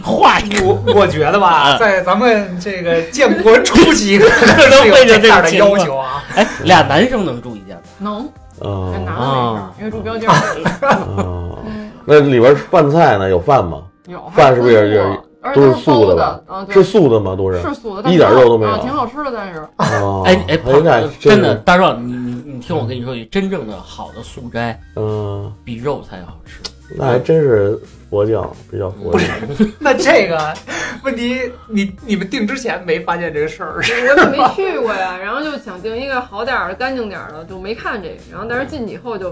Speaker 1: 画嗯一个
Speaker 2: 我我觉得吧，
Speaker 1: 嗯
Speaker 2: 在咱们这个建国初期，可
Speaker 1: 能
Speaker 2: 能
Speaker 1: 会
Speaker 2: 有
Speaker 1: 有这种
Speaker 2: 这样的
Speaker 1: 情况
Speaker 2: 要求啊。
Speaker 1: 哎，俩男生能住一间吗？
Speaker 4: 能，
Speaker 3: 哦
Speaker 4: 男的没事儿，因为住标间儿。
Speaker 3: 哦，
Speaker 4: 嗯，
Speaker 3: 那里边饭菜呢？有饭吗？
Speaker 4: 有
Speaker 3: 饭是不是也是
Speaker 4: 而且
Speaker 3: 都
Speaker 4: 都
Speaker 3: 是
Speaker 4: 是
Speaker 3: 素
Speaker 4: 包的
Speaker 3: 的吧？
Speaker 4: 啊，对
Speaker 3: 是素的吗？都是。
Speaker 4: 是素的，
Speaker 3: 一点肉都没有
Speaker 4: 啊挺好吃的，但是
Speaker 3: 哦，
Speaker 1: 哎哎，
Speaker 3: 应该
Speaker 1: 真的，，大壮，你你你听我跟你说一句，真正的好的素斋
Speaker 3: 嗯，
Speaker 1: 比肉才好吃。
Speaker 3: 那还真是佛教比较佛教。
Speaker 2: 那这个问题，你你们定之前没发现这个事儿是
Speaker 4: 我也没去过呀，然后就想订一个好点儿的、干净点儿的，就没看这个。然后但是进去以后就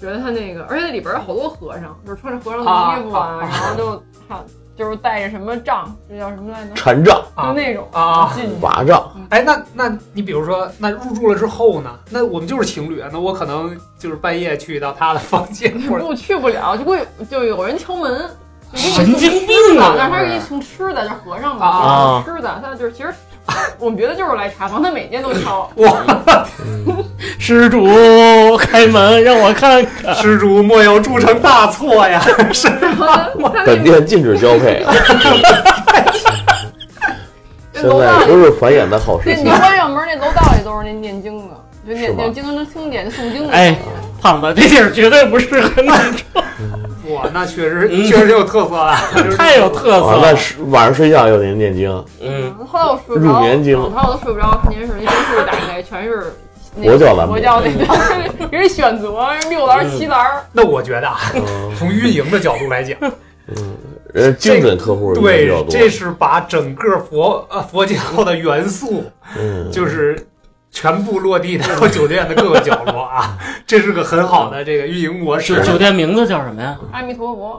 Speaker 4: 觉得他那个，而且里边有好多和尚，就是穿着和尚的衣服
Speaker 2: 啊啊
Speaker 4: 啊，
Speaker 2: 啊
Speaker 4: 然后就看就是带着什么杖，这叫什么来着？
Speaker 3: 禅杖、
Speaker 4: 就
Speaker 2: 啊
Speaker 4: 那种
Speaker 2: 啊？
Speaker 4: 进去。
Speaker 3: 法杖，
Speaker 2: 哎，那那你比如说，那入住了之后呢？那我们就是情侣，啊那我可能就是半夜去到他的房间，或者
Speaker 4: 我去不了，就会就有人敲门，就给你送
Speaker 1: 神经病
Speaker 4: 吃的
Speaker 1: 啊！
Speaker 4: 但是他给你送吃的，叫和
Speaker 1: 啊
Speaker 4: 尚嘛，送吃的。他就是其实 我们觉得就是来查房，他每天都敲。
Speaker 3: 嗯，
Speaker 1: 施主开门，让我看看。
Speaker 2: 施主莫要铸成大错呀！
Speaker 4: 然后他他那
Speaker 3: 本店禁止交配啊！
Speaker 4: 那楼道里
Speaker 3: 现在都是哎繁衍的好时
Speaker 4: 这
Speaker 3: 期
Speaker 4: 你。关上门，那楼道里都是那念经的，就是念
Speaker 3: 吗
Speaker 4: 念经都能听见，就诵经的。
Speaker 1: 哎，胖子，这地儿绝对不适合你，
Speaker 2: 哇，那确实
Speaker 1: 嗯
Speaker 2: 确实有特色啊，就是
Speaker 1: 太有 特色
Speaker 3: 啊，那
Speaker 1: 了。
Speaker 3: 是晚上睡觉又得 念经，
Speaker 1: 嗯，
Speaker 4: 后来我睡不着，
Speaker 3: 入眠经
Speaker 4: 后来我都睡不着，看电视，那电视打开全是那个
Speaker 3: 佛教栏目
Speaker 4: 佛教那个 人家选择六栏七栏，
Speaker 2: 那我觉得啊，
Speaker 3: 嗯
Speaker 2: 从运营的角度来讲，
Speaker 3: 嗯，人家精准客户比较
Speaker 2: 对，
Speaker 3: 多，
Speaker 2: 这是把整个佛呃佛教的元素，
Speaker 3: 嗯，
Speaker 2: 就是全部落地到酒店的各个角落啊，这是个很好的这个运营模
Speaker 1: 酒
Speaker 2: 式。
Speaker 1: 酒店名字叫什么呀？
Speaker 4: 阿弥陀佛，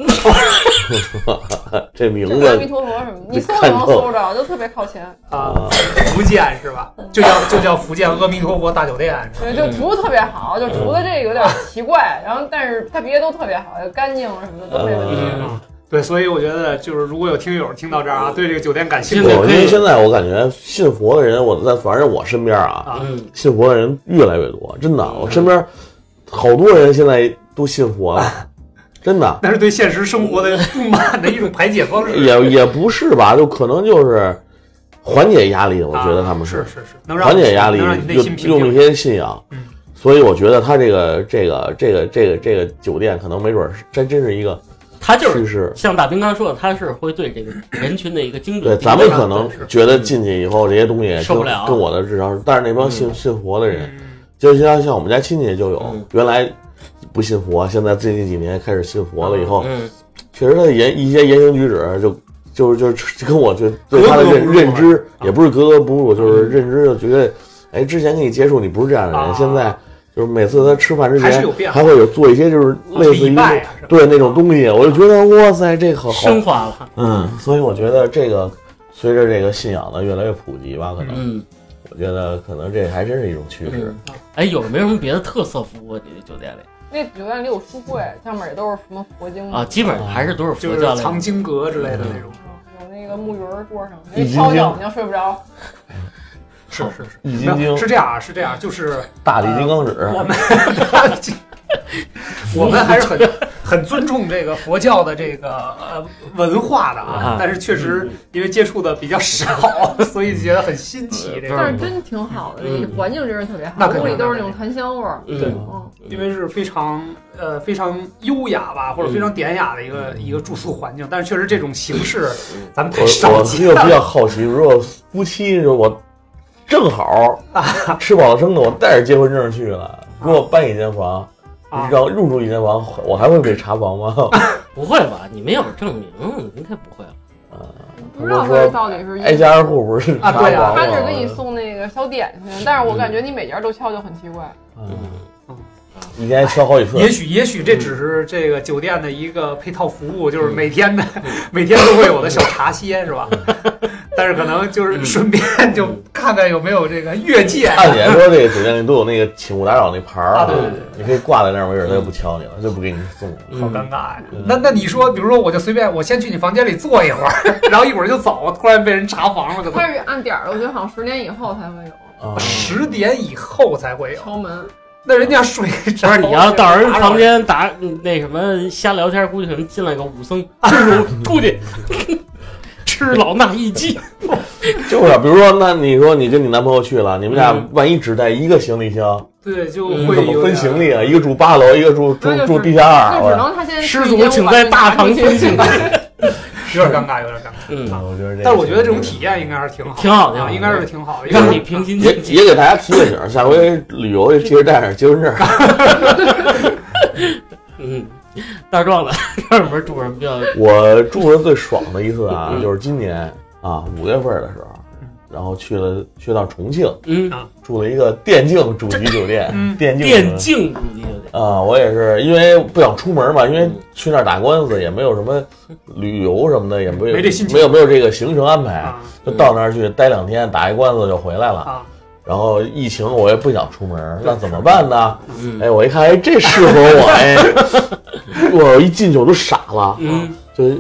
Speaker 3: 这名
Speaker 4: 这阿弥
Speaker 3: 字
Speaker 4: 陀佛什么，你搜也能搜着，就特别靠前，
Speaker 2: 啊，福建是吧？就叫就叫福建阿弥陀佛大酒店是吧
Speaker 3: 嗯
Speaker 4: 对，就图特别好，就除了这个有点奇怪，然后但是它别的都特别好，就干净什么的都没问题。
Speaker 1: 嗯
Speaker 2: 啊对，所以我觉得就是如果有听友听到这儿啊，对这个酒店感兴
Speaker 1: 现
Speaker 2: 趣
Speaker 1: 在
Speaker 3: 对，
Speaker 1: 可
Speaker 3: 因
Speaker 1: 以
Speaker 3: 为现在我感觉信佛的人，我在反正我身边啊，
Speaker 2: 啊，
Speaker 1: 嗯，
Speaker 3: 信佛的人越来越多，真的，
Speaker 1: 嗯
Speaker 3: 我身边好多人现在都信佛了，真的，
Speaker 2: 那是对现实生活的不满的一种排解方式。
Speaker 3: 也也不是吧，就可能就是缓解压力，我觉得他们
Speaker 2: 啊是是是，能让
Speaker 3: 缓解压力，
Speaker 2: 能让你内心平
Speaker 3: 用用
Speaker 2: 静
Speaker 3: 这。些信仰。
Speaker 2: 嗯
Speaker 3: 所以我觉得他这个这个这个这个这个酒店可能没准儿是真真是一个
Speaker 1: 他就是
Speaker 3: 趋势。
Speaker 1: 像大兵刚说的，他是会对这个人群的一个精
Speaker 3: 对，
Speaker 1: 准。
Speaker 3: 咱们可能
Speaker 2: 是
Speaker 3: 觉得进去以后这些东西
Speaker 1: 受
Speaker 3: 跟
Speaker 1: 不了
Speaker 3: 跟我的智商是，但是那帮信
Speaker 1: 嗯
Speaker 3: 信佛的人，
Speaker 2: 嗯
Speaker 3: 就像像我们家亲戚就有
Speaker 1: 嗯，
Speaker 3: 原来不信佛，现在最近几年开始信佛了以后，
Speaker 1: 嗯，
Speaker 3: 确实他的言一些言行举止就。就就就跟我就对
Speaker 2: 格格
Speaker 3: 他的认
Speaker 2: 不入
Speaker 3: 认知
Speaker 2: 啊
Speaker 3: 也不是格格不入，就是
Speaker 1: 嗯
Speaker 3: 认知就觉得，哎，之前跟你接触你不是这样的
Speaker 2: 啊
Speaker 3: 人，现在就是每次他吃饭之
Speaker 2: 嗯还是
Speaker 3: 前
Speaker 2: 有变化，
Speaker 3: 还会有做一些就是类似于
Speaker 2: 礼拜啊，是吧
Speaker 3: 对那种东西，我就觉得哇塞，这好好
Speaker 1: 升华了。
Speaker 3: 嗯，所以我觉得这个随着这个信仰的越来越普及吧，可能、
Speaker 1: 嗯
Speaker 3: 我觉得可能这还真是一种趋势。
Speaker 1: 嗯，哎，有没有什么别的特色服务啊？你这酒店里
Speaker 4: 那酒店里有书柜，上面也都是什么佛经
Speaker 1: 啊，基本上还是都是
Speaker 2: 就
Speaker 1: 佛
Speaker 2: 是
Speaker 1: 教类的。
Speaker 2: 藏经阁之类的
Speaker 3: 嗯
Speaker 2: 那种。
Speaker 4: 有那个木鱼儿桌上，
Speaker 3: 易
Speaker 4: 那
Speaker 3: 筋
Speaker 4: 敲
Speaker 3: 经
Speaker 4: 脚你要睡不着。
Speaker 2: 是是是，
Speaker 3: 易筋
Speaker 2: 没有
Speaker 3: 经、啊
Speaker 2: 是这样啊，是这样，就是
Speaker 3: 大力金刚指，
Speaker 2: 我 们我们还是很很尊重这个佛教的这个呃文化的啊
Speaker 1: 啊，
Speaker 2: 但是确
Speaker 3: 嗯
Speaker 2: 实因为接触的比较少，所以觉得很新
Speaker 3: 嗯
Speaker 2: 奇这
Speaker 1: 不
Speaker 4: 但
Speaker 2: 个，
Speaker 4: 是真挺好的，
Speaker 1: 嗯
Speaker 4: 这环境真是特别
Speaker 2: 那
Speaker 4: 好，
Speaker 2: 肯定
Speaker 4: 屋里都是那种檀香味儿。
Speaker 1: 嗯
Speaker 2: 对
Speaker 4: 嗯，
Speaker 2: 因为是非常呃非常优雅吧，或者
Speaker 3: 嗯
Speaker 2: 非常典雅的一个一个住宿环境，但是确实这种形式咱们太
Speaker 3: 嗯我
Speaker 2: 少
Speaker 3: 我
Speaker 2: 见
Speaker 3: 又比
Speaker 2: 了
Speaker 3: 较好奇，如果夫妻就我正好吃饱了撑的，我带着结婚证去了，给我办一间房，
Speaker 2: 啊。嗯
Speaker 3: 让入住一间房，我还会被查房吗？
Speaker 1: 不会吧？你们要是证明，应该不会吧？
Speaker 4: 不不知道他到底是
Speaker 3: 挨家挨户不是
Speaker 2: 啊对啊
Speaker 3: 他
Speaker 4: 他只给你送那个小点心，但是我感觉你每家都敲就很奇怪。
Speaker 3: 嗯，一年敲好几次，
Speaker 2: 也许也许这
Speaker 3: 嗯
Speaker 2: 只是这个酒店的一个配套服务，就是每天的
Speaker 3: 嗯
Speaker 2: 每天都会有的小茶歇，是吧？ 但是可能
Speaker 3: 嗯
Speaker 2: 就是顺便就看看有没有这个越界。
Speaker 3: 按理来说，这个酒店里都有那个请勿打扰那牌儿
Speaker 2: 啊对对对，
Speaker 3: 你可以挂在那儿，没准他就不敲你了，就不给你送了。
Speaker 2: 好尴
Speaker 1: 嗯，
Speaker 2: 尬呀、
Speaker 3: 嗯
Speaker 2: 那那你说，比如说，我就随便，我先去你房间里坐一会儿， 然后一会儿就走，突然被人查房了，可
Speaker 4: 他
Speaker 2: 能
Speaker 4: 是按点儿的，我觉得好像十年以后才会有
Speaker 3: 啊，
Speaker 2: 十点以后才会有。
Speaker 4: 敲门。
Speaker 2: 那人家睡
Speaker 1: 不
Speaker 2: 着
Speaker 1: 是你要到人房间打那什么瞎聊天，估计可能进来个武僧，吃乳出去吃老衲一击，
Speaker 3: 就是啊，比如说，那你说你跟你男朋友去了，你们俩
Speaker 1: 嗯
Speaker 3: 万一只带一个行李箱，
Speaker 2: 对，就
Speaker 1: 嗯
Speaker 3: 你
Speaker 2: 会
Speaker 3: 怎么
Speaker 2: 有
Speaker 3: 分
Speaker 2: 点
Speaker 3: 行李啊？一个住八楼，一个住住
Speaker 4: 那就是
Speaker 3: 住地下二，
Speaker 4: 就
Speaker 3: 我
Speaker 4: 只能他现在
Speaker 1: 施主请在大堂分
Speaker 4: 享
Speaker 1: 行。
Speaker 2: 有点尴尬，有点尴尬。
Speaker 1: 嗯，
Speaker 3: 啊我觉得这个，
Speaker 2: 但是我觉得这种体验应该是挺好的，
Speaker 1: 挺好的
Speaker 2: 啊，应该是挺好的。
Speaker 1: 让你平心
Speaker 3: 也
Speaker 1: 静气。
Speaker 3: 也给大家提个醒，下回旅游记着带上结婚证。
Speaker 1: 嗯，大壮的 这里面住人比较
Speaker 3: 我住的最爽的一次啊，
Speaker 1: 嗯
Speaker 3: 就是今年啊五月份的时候
Speaker 2: 嗯，
Speaker 3: 然后去了去趟重庆，
Speaker 1: 嗯
Speaker 3: 住了一个电竞主题酒店
Speaker 2: 嗯，
Speaker 3: 电竞
Speaker 1: 电竞主题酒店，
Speaker 3: 啊，我也是因为不想出门嘛，因为
Speaker 1: 嗯
Speaker 3: 去那儿打官司也没有什么旅游什么的，也没有
Speaker 2: 没这心情
Speaker 3: 没有没有这个行程安排，
Speaker 2: 啊
Speaker 3: 就到那儿去待两天，打一官司就回来了。
Speaker 2: 啊，
Speaker 3: 然后疫情我也不想出门，那怎么办呢？
Speaker 1: 嗯
Speaker 3: 哎，我一看，哎，这适合我，哎， 我一进去我都傻了，
Speaker 1: 嗯
Speaker 3: 就一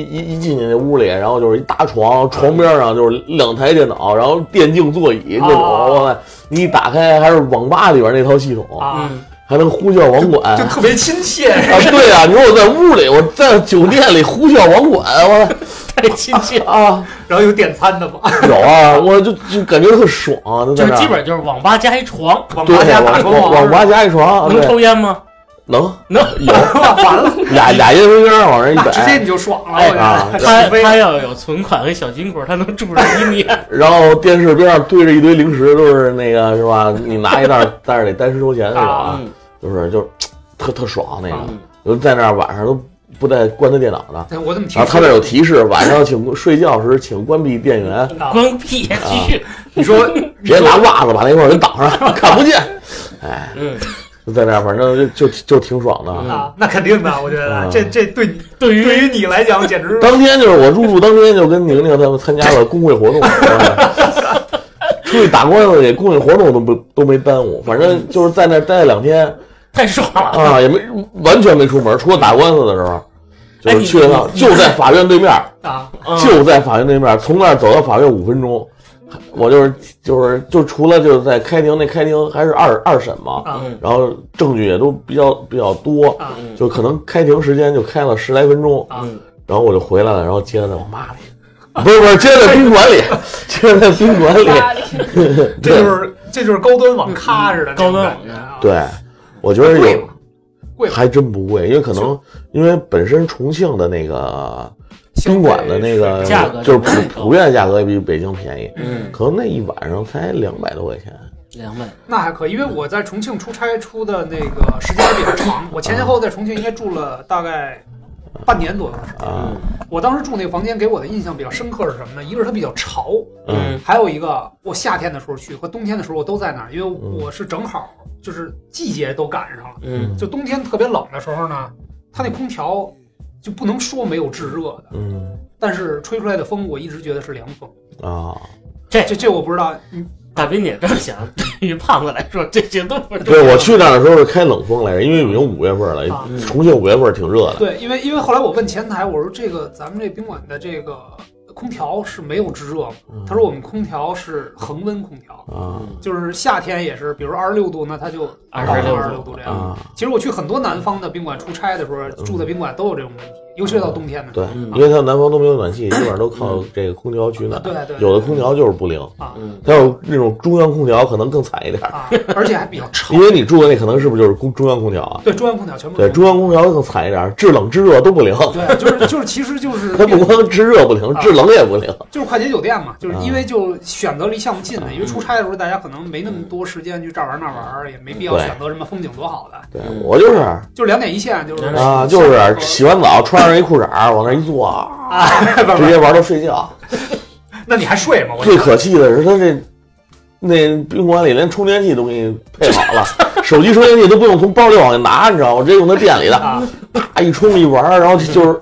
Speaker 3: 一一进去那屋里，然后就是一大床，床边上就是两台电脑，然后电竞座椅各种，
Speaker 2: 哦
Speaker 3: 哇你一打开还是网吧里边那套系统，
Speaker 2: 啊
Speaker 1: 嗯，
Speaker 3: 还能呼叫网管
Speaker 2: 就
Speaker 3: 啊！
Speaker 2: 特别亲 切。
Speaker 3: 对啊，你说我在屋里，我在酒店里呼叫网管，我
Speaker 1: 太亲 切，
Speaker 3: 啊
Speaker 2: 然后有点餐的嘛，
Speaker 3: 有啊，我就就感觉特爽，就在
Speaker 1: 就是
Speaker 3: 那儿
Speaker 1: 基本就是网吧加一床，
Speaker 2: 网
Speaker 3: 对
Speaker 2: 吧加大
Speaker 3: 网
Speaker 2: 床
Speaker 3: 网网吧加一床，
Speaker 1: 啊能
Speaker 3: 哦对，
Speaker 1: 抽烟吗？
Speaker 3: 能
Speaker 1: 能
Speaker 3: 有
Speaker 2: 完了，
Speaker 3: 俩俩烟灰缸 往上一
Speaker 2: 那直接
Speaker 3: 摆，
Speaker 2: 你就爽了，
Speaker 1: 哎
Speaker 2: 我觉
Speaker 3: 啊
Speaker 2: 得。
Speaker 1: 他
Speaker 2: 起飞
Speaker 1: 他要有存款和小金库，他能住上一年。
Speaker 3: 然后电视边上堆着一堆零食，都是那个是吧？你拿一袋儿，但是得单身收钱那种啊，
Speaker 1: 嗯
Speaker 3: 就是就是特特爽那个，
Speaker 1: 嗯
Speaker 3: 我就在那儿晚上都不带关他电脑的，
Speaker 2: 哎，我怎么听
Speaker 3: 然后他那儿有
Speaker 2: 说？
Speaker 3: 提示，晚上请睡觉时请关闭电源，
Speaker 2: 啊
Speaker 1: 关个屁，继续。
Speaker 2: 你说
Speaker 3: 直接拿袜子把那块儿给挡上， 看不见。哎
Speaker 1: 嗯，
Speaker 3: 就在那儿，反正就就就挺爽的。
Speaker 1: 嗯
Speaker 2: 啊，那肯定的，我觉得
Speaker 3: 啊
Speaker 2: 这这对你
Speaker 1: 对于
Speaker 2: 对于你来讲简直是
Speaker 3: 当天就是我入住当天就跟宁宁他们参加了工会活动， 出去打官司也工会活动都不都没耽误，反正就是在那儿待了两天
Speaker 1: 太爽了。
Speaker 3: 啊，也没完全没出门，除了打官司的时候，就
Speaker 1: 哎
Speaker 3: 是
Speaker 1: 你
Speaker 3: 去了趟，
Speaker 1: 你
Speaker 3: 就在法院对面，
Speaker 2: 啊
Speaker 1: 嗯
Speaker 3: 就在法院对面，从那儿走到法院五分钟。我就是就是就除了就是在开庭那开庭还是二二审嘛，
Speaker 2: 啊
Speaker 1: 嗯
Speaker 3: 然后证据也都比较比较多，
Speaker 2: 啊
Speaker 1: 嗯
Speaker 3: 就可能开庭时间就开了十来分钟，
Speaker 2: 啊！
Speaker 3: 然后我就回来了，然后接着在我妈里，不是不是，接着在宾馆里， 接着在宾馆里，
Speaker 2: 这就是这就是高端网咖似的，
Speaker 1: 嗯高端
Speaker 2: 网咖，
Speaker 3: 对，我觉得
Speaker 2: 贵
Speaker 3: 有
Speaker 2: 吗贵吗
Speaker 3: 还真不贵，因为可能因为本身重庆的那个宾馆的那个
Speaker 1: 价格
Speaker 3: 就是
Speaker 1: 就不太
Speaker 3: 普
Speaker 1: 高
Speaker 3: 普遍价格也比北京便宜，
Speaker 1: 嗯，
Speaker 3: 可能那一晚上才两百多块钱。
Speaker 1: 两
Speaker 3: 啊
Speaker 1: 百。
Speaker 2: 那还可以，因为我在重庆出差出的那个时间还比较长，我前前后后在重庆应该住了大概半年左右。
Speaker 3: 啊，
Speaker 1: 嗯
Speaker 2: 我当时住那个房间给我的印象比较深刻是什么呢？一个是它比较潮，
Speaker 1: 嗯
Speaker 2: 还有一个我夏天的时候去和冬天的时候我都在那儿，因为我是正好就是季节都赶上了。
Speaker 1: 嗯
Speaker 2: 就冬天特别冷的时候呢，它那空调就不能说没有制热的，
Speaker 3: 嗯
Speaker 2: 但是吹出来的风我一直觉得是凉风。
Speaker 3: 啊，
Speaker 2: 这这我不知道，嗯
Speaker 1: 大斌姐这么想，对于胖子来说，这些都不是。
Speaker 3: 对我去那儿的时候是开冷风来着，因为已经五月份
Speaker 2: 啊
Speaker 3: 了，
Speaker 1: 嗯
Speaker 3: 重庆五月份挺热的。
Speaker 2: 对，因为因为后来我问前台，我说这个咱们这宾馆的这个空调是没有制热吗？他说我们空调是恒温空调，
Speaker 3: 啊
Speaker 2: 就是夏天也是，比如二十六度，那它
Speaker 1: 26
Speaker 2: 就度
Speaker 1: 度
Speaker 2: 二十六度这样。
Speaker 3: 啊，嗯
Speaker 2: 其实我去很多南方的宾馆出差的时候，住的宾馆都有这种问题，尤其是到冬天的时候。
Speaker 3: 对，
Speaker 1: 嗯
Speaker 3: 因为它南方都没有暖气，基本上都靠这个空调取暖。
Speaker 2: 嗯对对
Speaker 3: 有的空调就是不灵，
Speaker 2: 啊
Speaker 1: 嗯，
Speaker 3: 还有那种中央空调可能更惨一点儿，
Speaker 2: 啊， 而且还比较潮
Speaker 3: 因。为你住的那可能是不是就是中中央空调啊？
Speaker 2: 对，中央空调全部
Speaker 3: 对，
Speaker 2: 是
Speaker 3: 中央空调更惨一点儿，制冷制热都不灵，
Speaker 2: 对，就是就是，其实就是
Speaker 3: 它不光制热不灵，
Speaker 2: 啊
Speaker 3: 制冷也不灵。
Speaker 2: 就是快捷酒店嘛，就是
Speaker 3: 啊
Speaker 2: 因为就选择离项目近的，
Speaker 3: 嗯
Speaker 2: 因为出差的时候大家可能没那么多时间去这儿玩儿那儿玩儿，也没必要
Speaker 3: 对
Speaker 2: 选择什么风景多好的，
Speaker 3: 对
Speaker 1: 嗯
Speaker 3: 我就是啊
Speaker 2: 就是两点一线，就是
Speaker 1: 嗯
Speaker 3: 啊，就是洗完澡穿上一裤衩儿往那儿一坐，
Speaker 2: 啊，不是
Speaker 3: 直
Speaker 2: 不是，
Speaker 3: 接玩到睡觉。
Speaker 2: 那你还睡吗？我
Speaker 3: 最可气的是他这那宾馆里连充电器都给你配好了，手机充电器都不用从包里往下拿，你知道吗？我直接用他店里的，
Speaker 2: 啊，
Speaker 3: 啪一充一玩儿，然后就是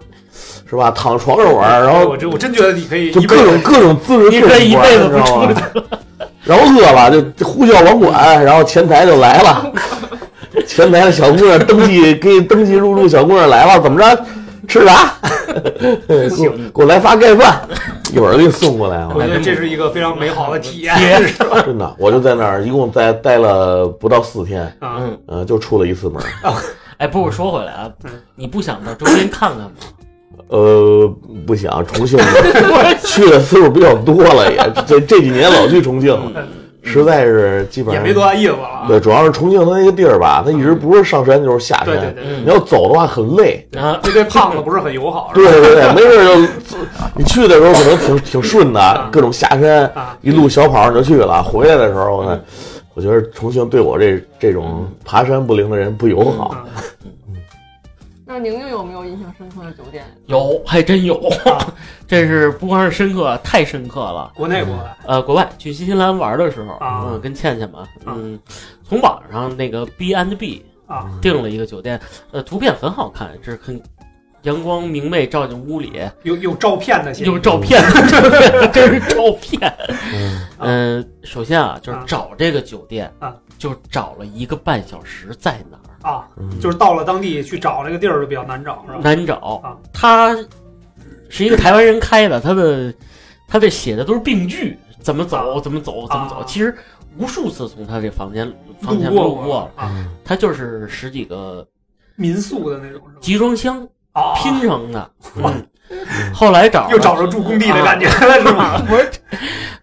Speaker 3: 是吧，躺床上玩儿，然后
Speaker 2: 我真我真觉得你可以
Speaker 3: 就
Speaker 2: 一辈
Speaker 3: 各种
Speaker 2: 子
Speaker 3: 各种姿
Speaker 1: 你
Speaker 3: 势，各
Speaker 1: 这
Speaker 3: 种
Speaker 1: 一
Speaker 3: 玩
Speaker 1: 辈子
Speaker 3: 你知
Speaker 1: 不
Speaker 3: 道
Speaker 1: 出
Speaker 3: 吗？然后饿了就呼叫网管，然后前台就来了，前台的小姑娘登记给登记入住小姑娘来了，怎么着？吃啥？给我给我来发盖饭，一会儿就给你送过来啊！
Speaker 2: 我觉得这是一个非常美好的体验，是吧？
Speaker 3: 真的，我就在那儿一共待待了不到四天，
Speaker 2: 啊，
Speaker 1: 嗯，
Speaker 3: 呃，就出了一次门。
Speaker 1: 哎，不过说回来啊
Speaker 2: 嗯，
Speaker 1: 你不想到周边看看吗？
Speaker 3: 呃，不想重庆 去的次数比较多了也，这这几年老去重庆了，实在是基本
Speaker 2: 嗯也
Speaker 3: 上
Speaker 2: 没多大意思了啊。
Speaker 3: 对，主要是重庆它那个地儿吧，它一直不是上山就是下山，
Speaker 2: 对对对对，
Speaker 3: 你要走的话很累。
Speaker 1: 然后
Speaker 2: 这对胖子不是很友好，是
Speaker 3: 对
Speaker 2: 吧？
Speaker 3: 对 对，没事儿就你去的时候可能挺挺顺
Speaker 2: 嗯
Speaker 3: 的，各种下山
Speaker 2: 啊，
Speaker 3: 一路小跑你就去
Speaker 2: 嗯
Speaker 3: 了。回来的时候呢，我觉得重庆对我这这种
Speaker 2: 嗯
Speaker 3: 爬山不灵的人不友好。
Speaker 2: 啊
Speaker 4: 那宁宁有没有印象深刻的酒店？
Speaker 1: 有，还真有
Speaker 2: 啊，
Speaker 1: 这是不光是深刻，太深刻了。
Speaker 2: 国内国外
Speaker 1: 呃，国外去新西兰玩的时候，
Speaker 2: 啊
Speaker 1: 嗯，跟倩倩嘛，嗯，从网上那个 B and B
Speaker 2: 啊
Speaker 1: 订了一个酒店，呃，图片很好看，这是很阳光明媚照进屋里，
Speaker 2: 有有照片的，
Speaker 1: 有照片， 这是照片。
Speaker 3: 嗯，
Speaker 1: 嗯、首先啊，就是
Speaker 2: 啊
Speaker 1: 找这个酒店
Speaker 2: 啊，
Speaker 1: 就找了一个半小时，在哪儿
Speaker 2: 啊，
Speaker 3: 嗯
Speaker 2: 就是到了当地去找那个地儿就比较难找，是吧？
Speaker 1: 难
Speaker 2: 啊
Speaker 1: 找。他是一个台湾人开的，他的他这写的都是病句，怎么走，怎么走，怎么走
Speaker 2: 啊。
Speaker 1: 其实无数次从他这房间房间
Speaker 2: 路
Speaker 1: 路
Speaker 2: 过
Speaker 1: 过，
Speaker 2: 啊，
Speaker 1: 他就是十几个
Speaker 2: 民宿的那种是吧？
Speaker 1: 集装箱
Speaker 2: 啊，
Speaker 1: 拼成的。
Speaker 3: 哇
Speaker 1: 嗯后来找
Speaker 2: 又找着住工地的感觉
Speaker 1: 啊
Speaker 2: 了，是吗？
Speaker 1: 我说，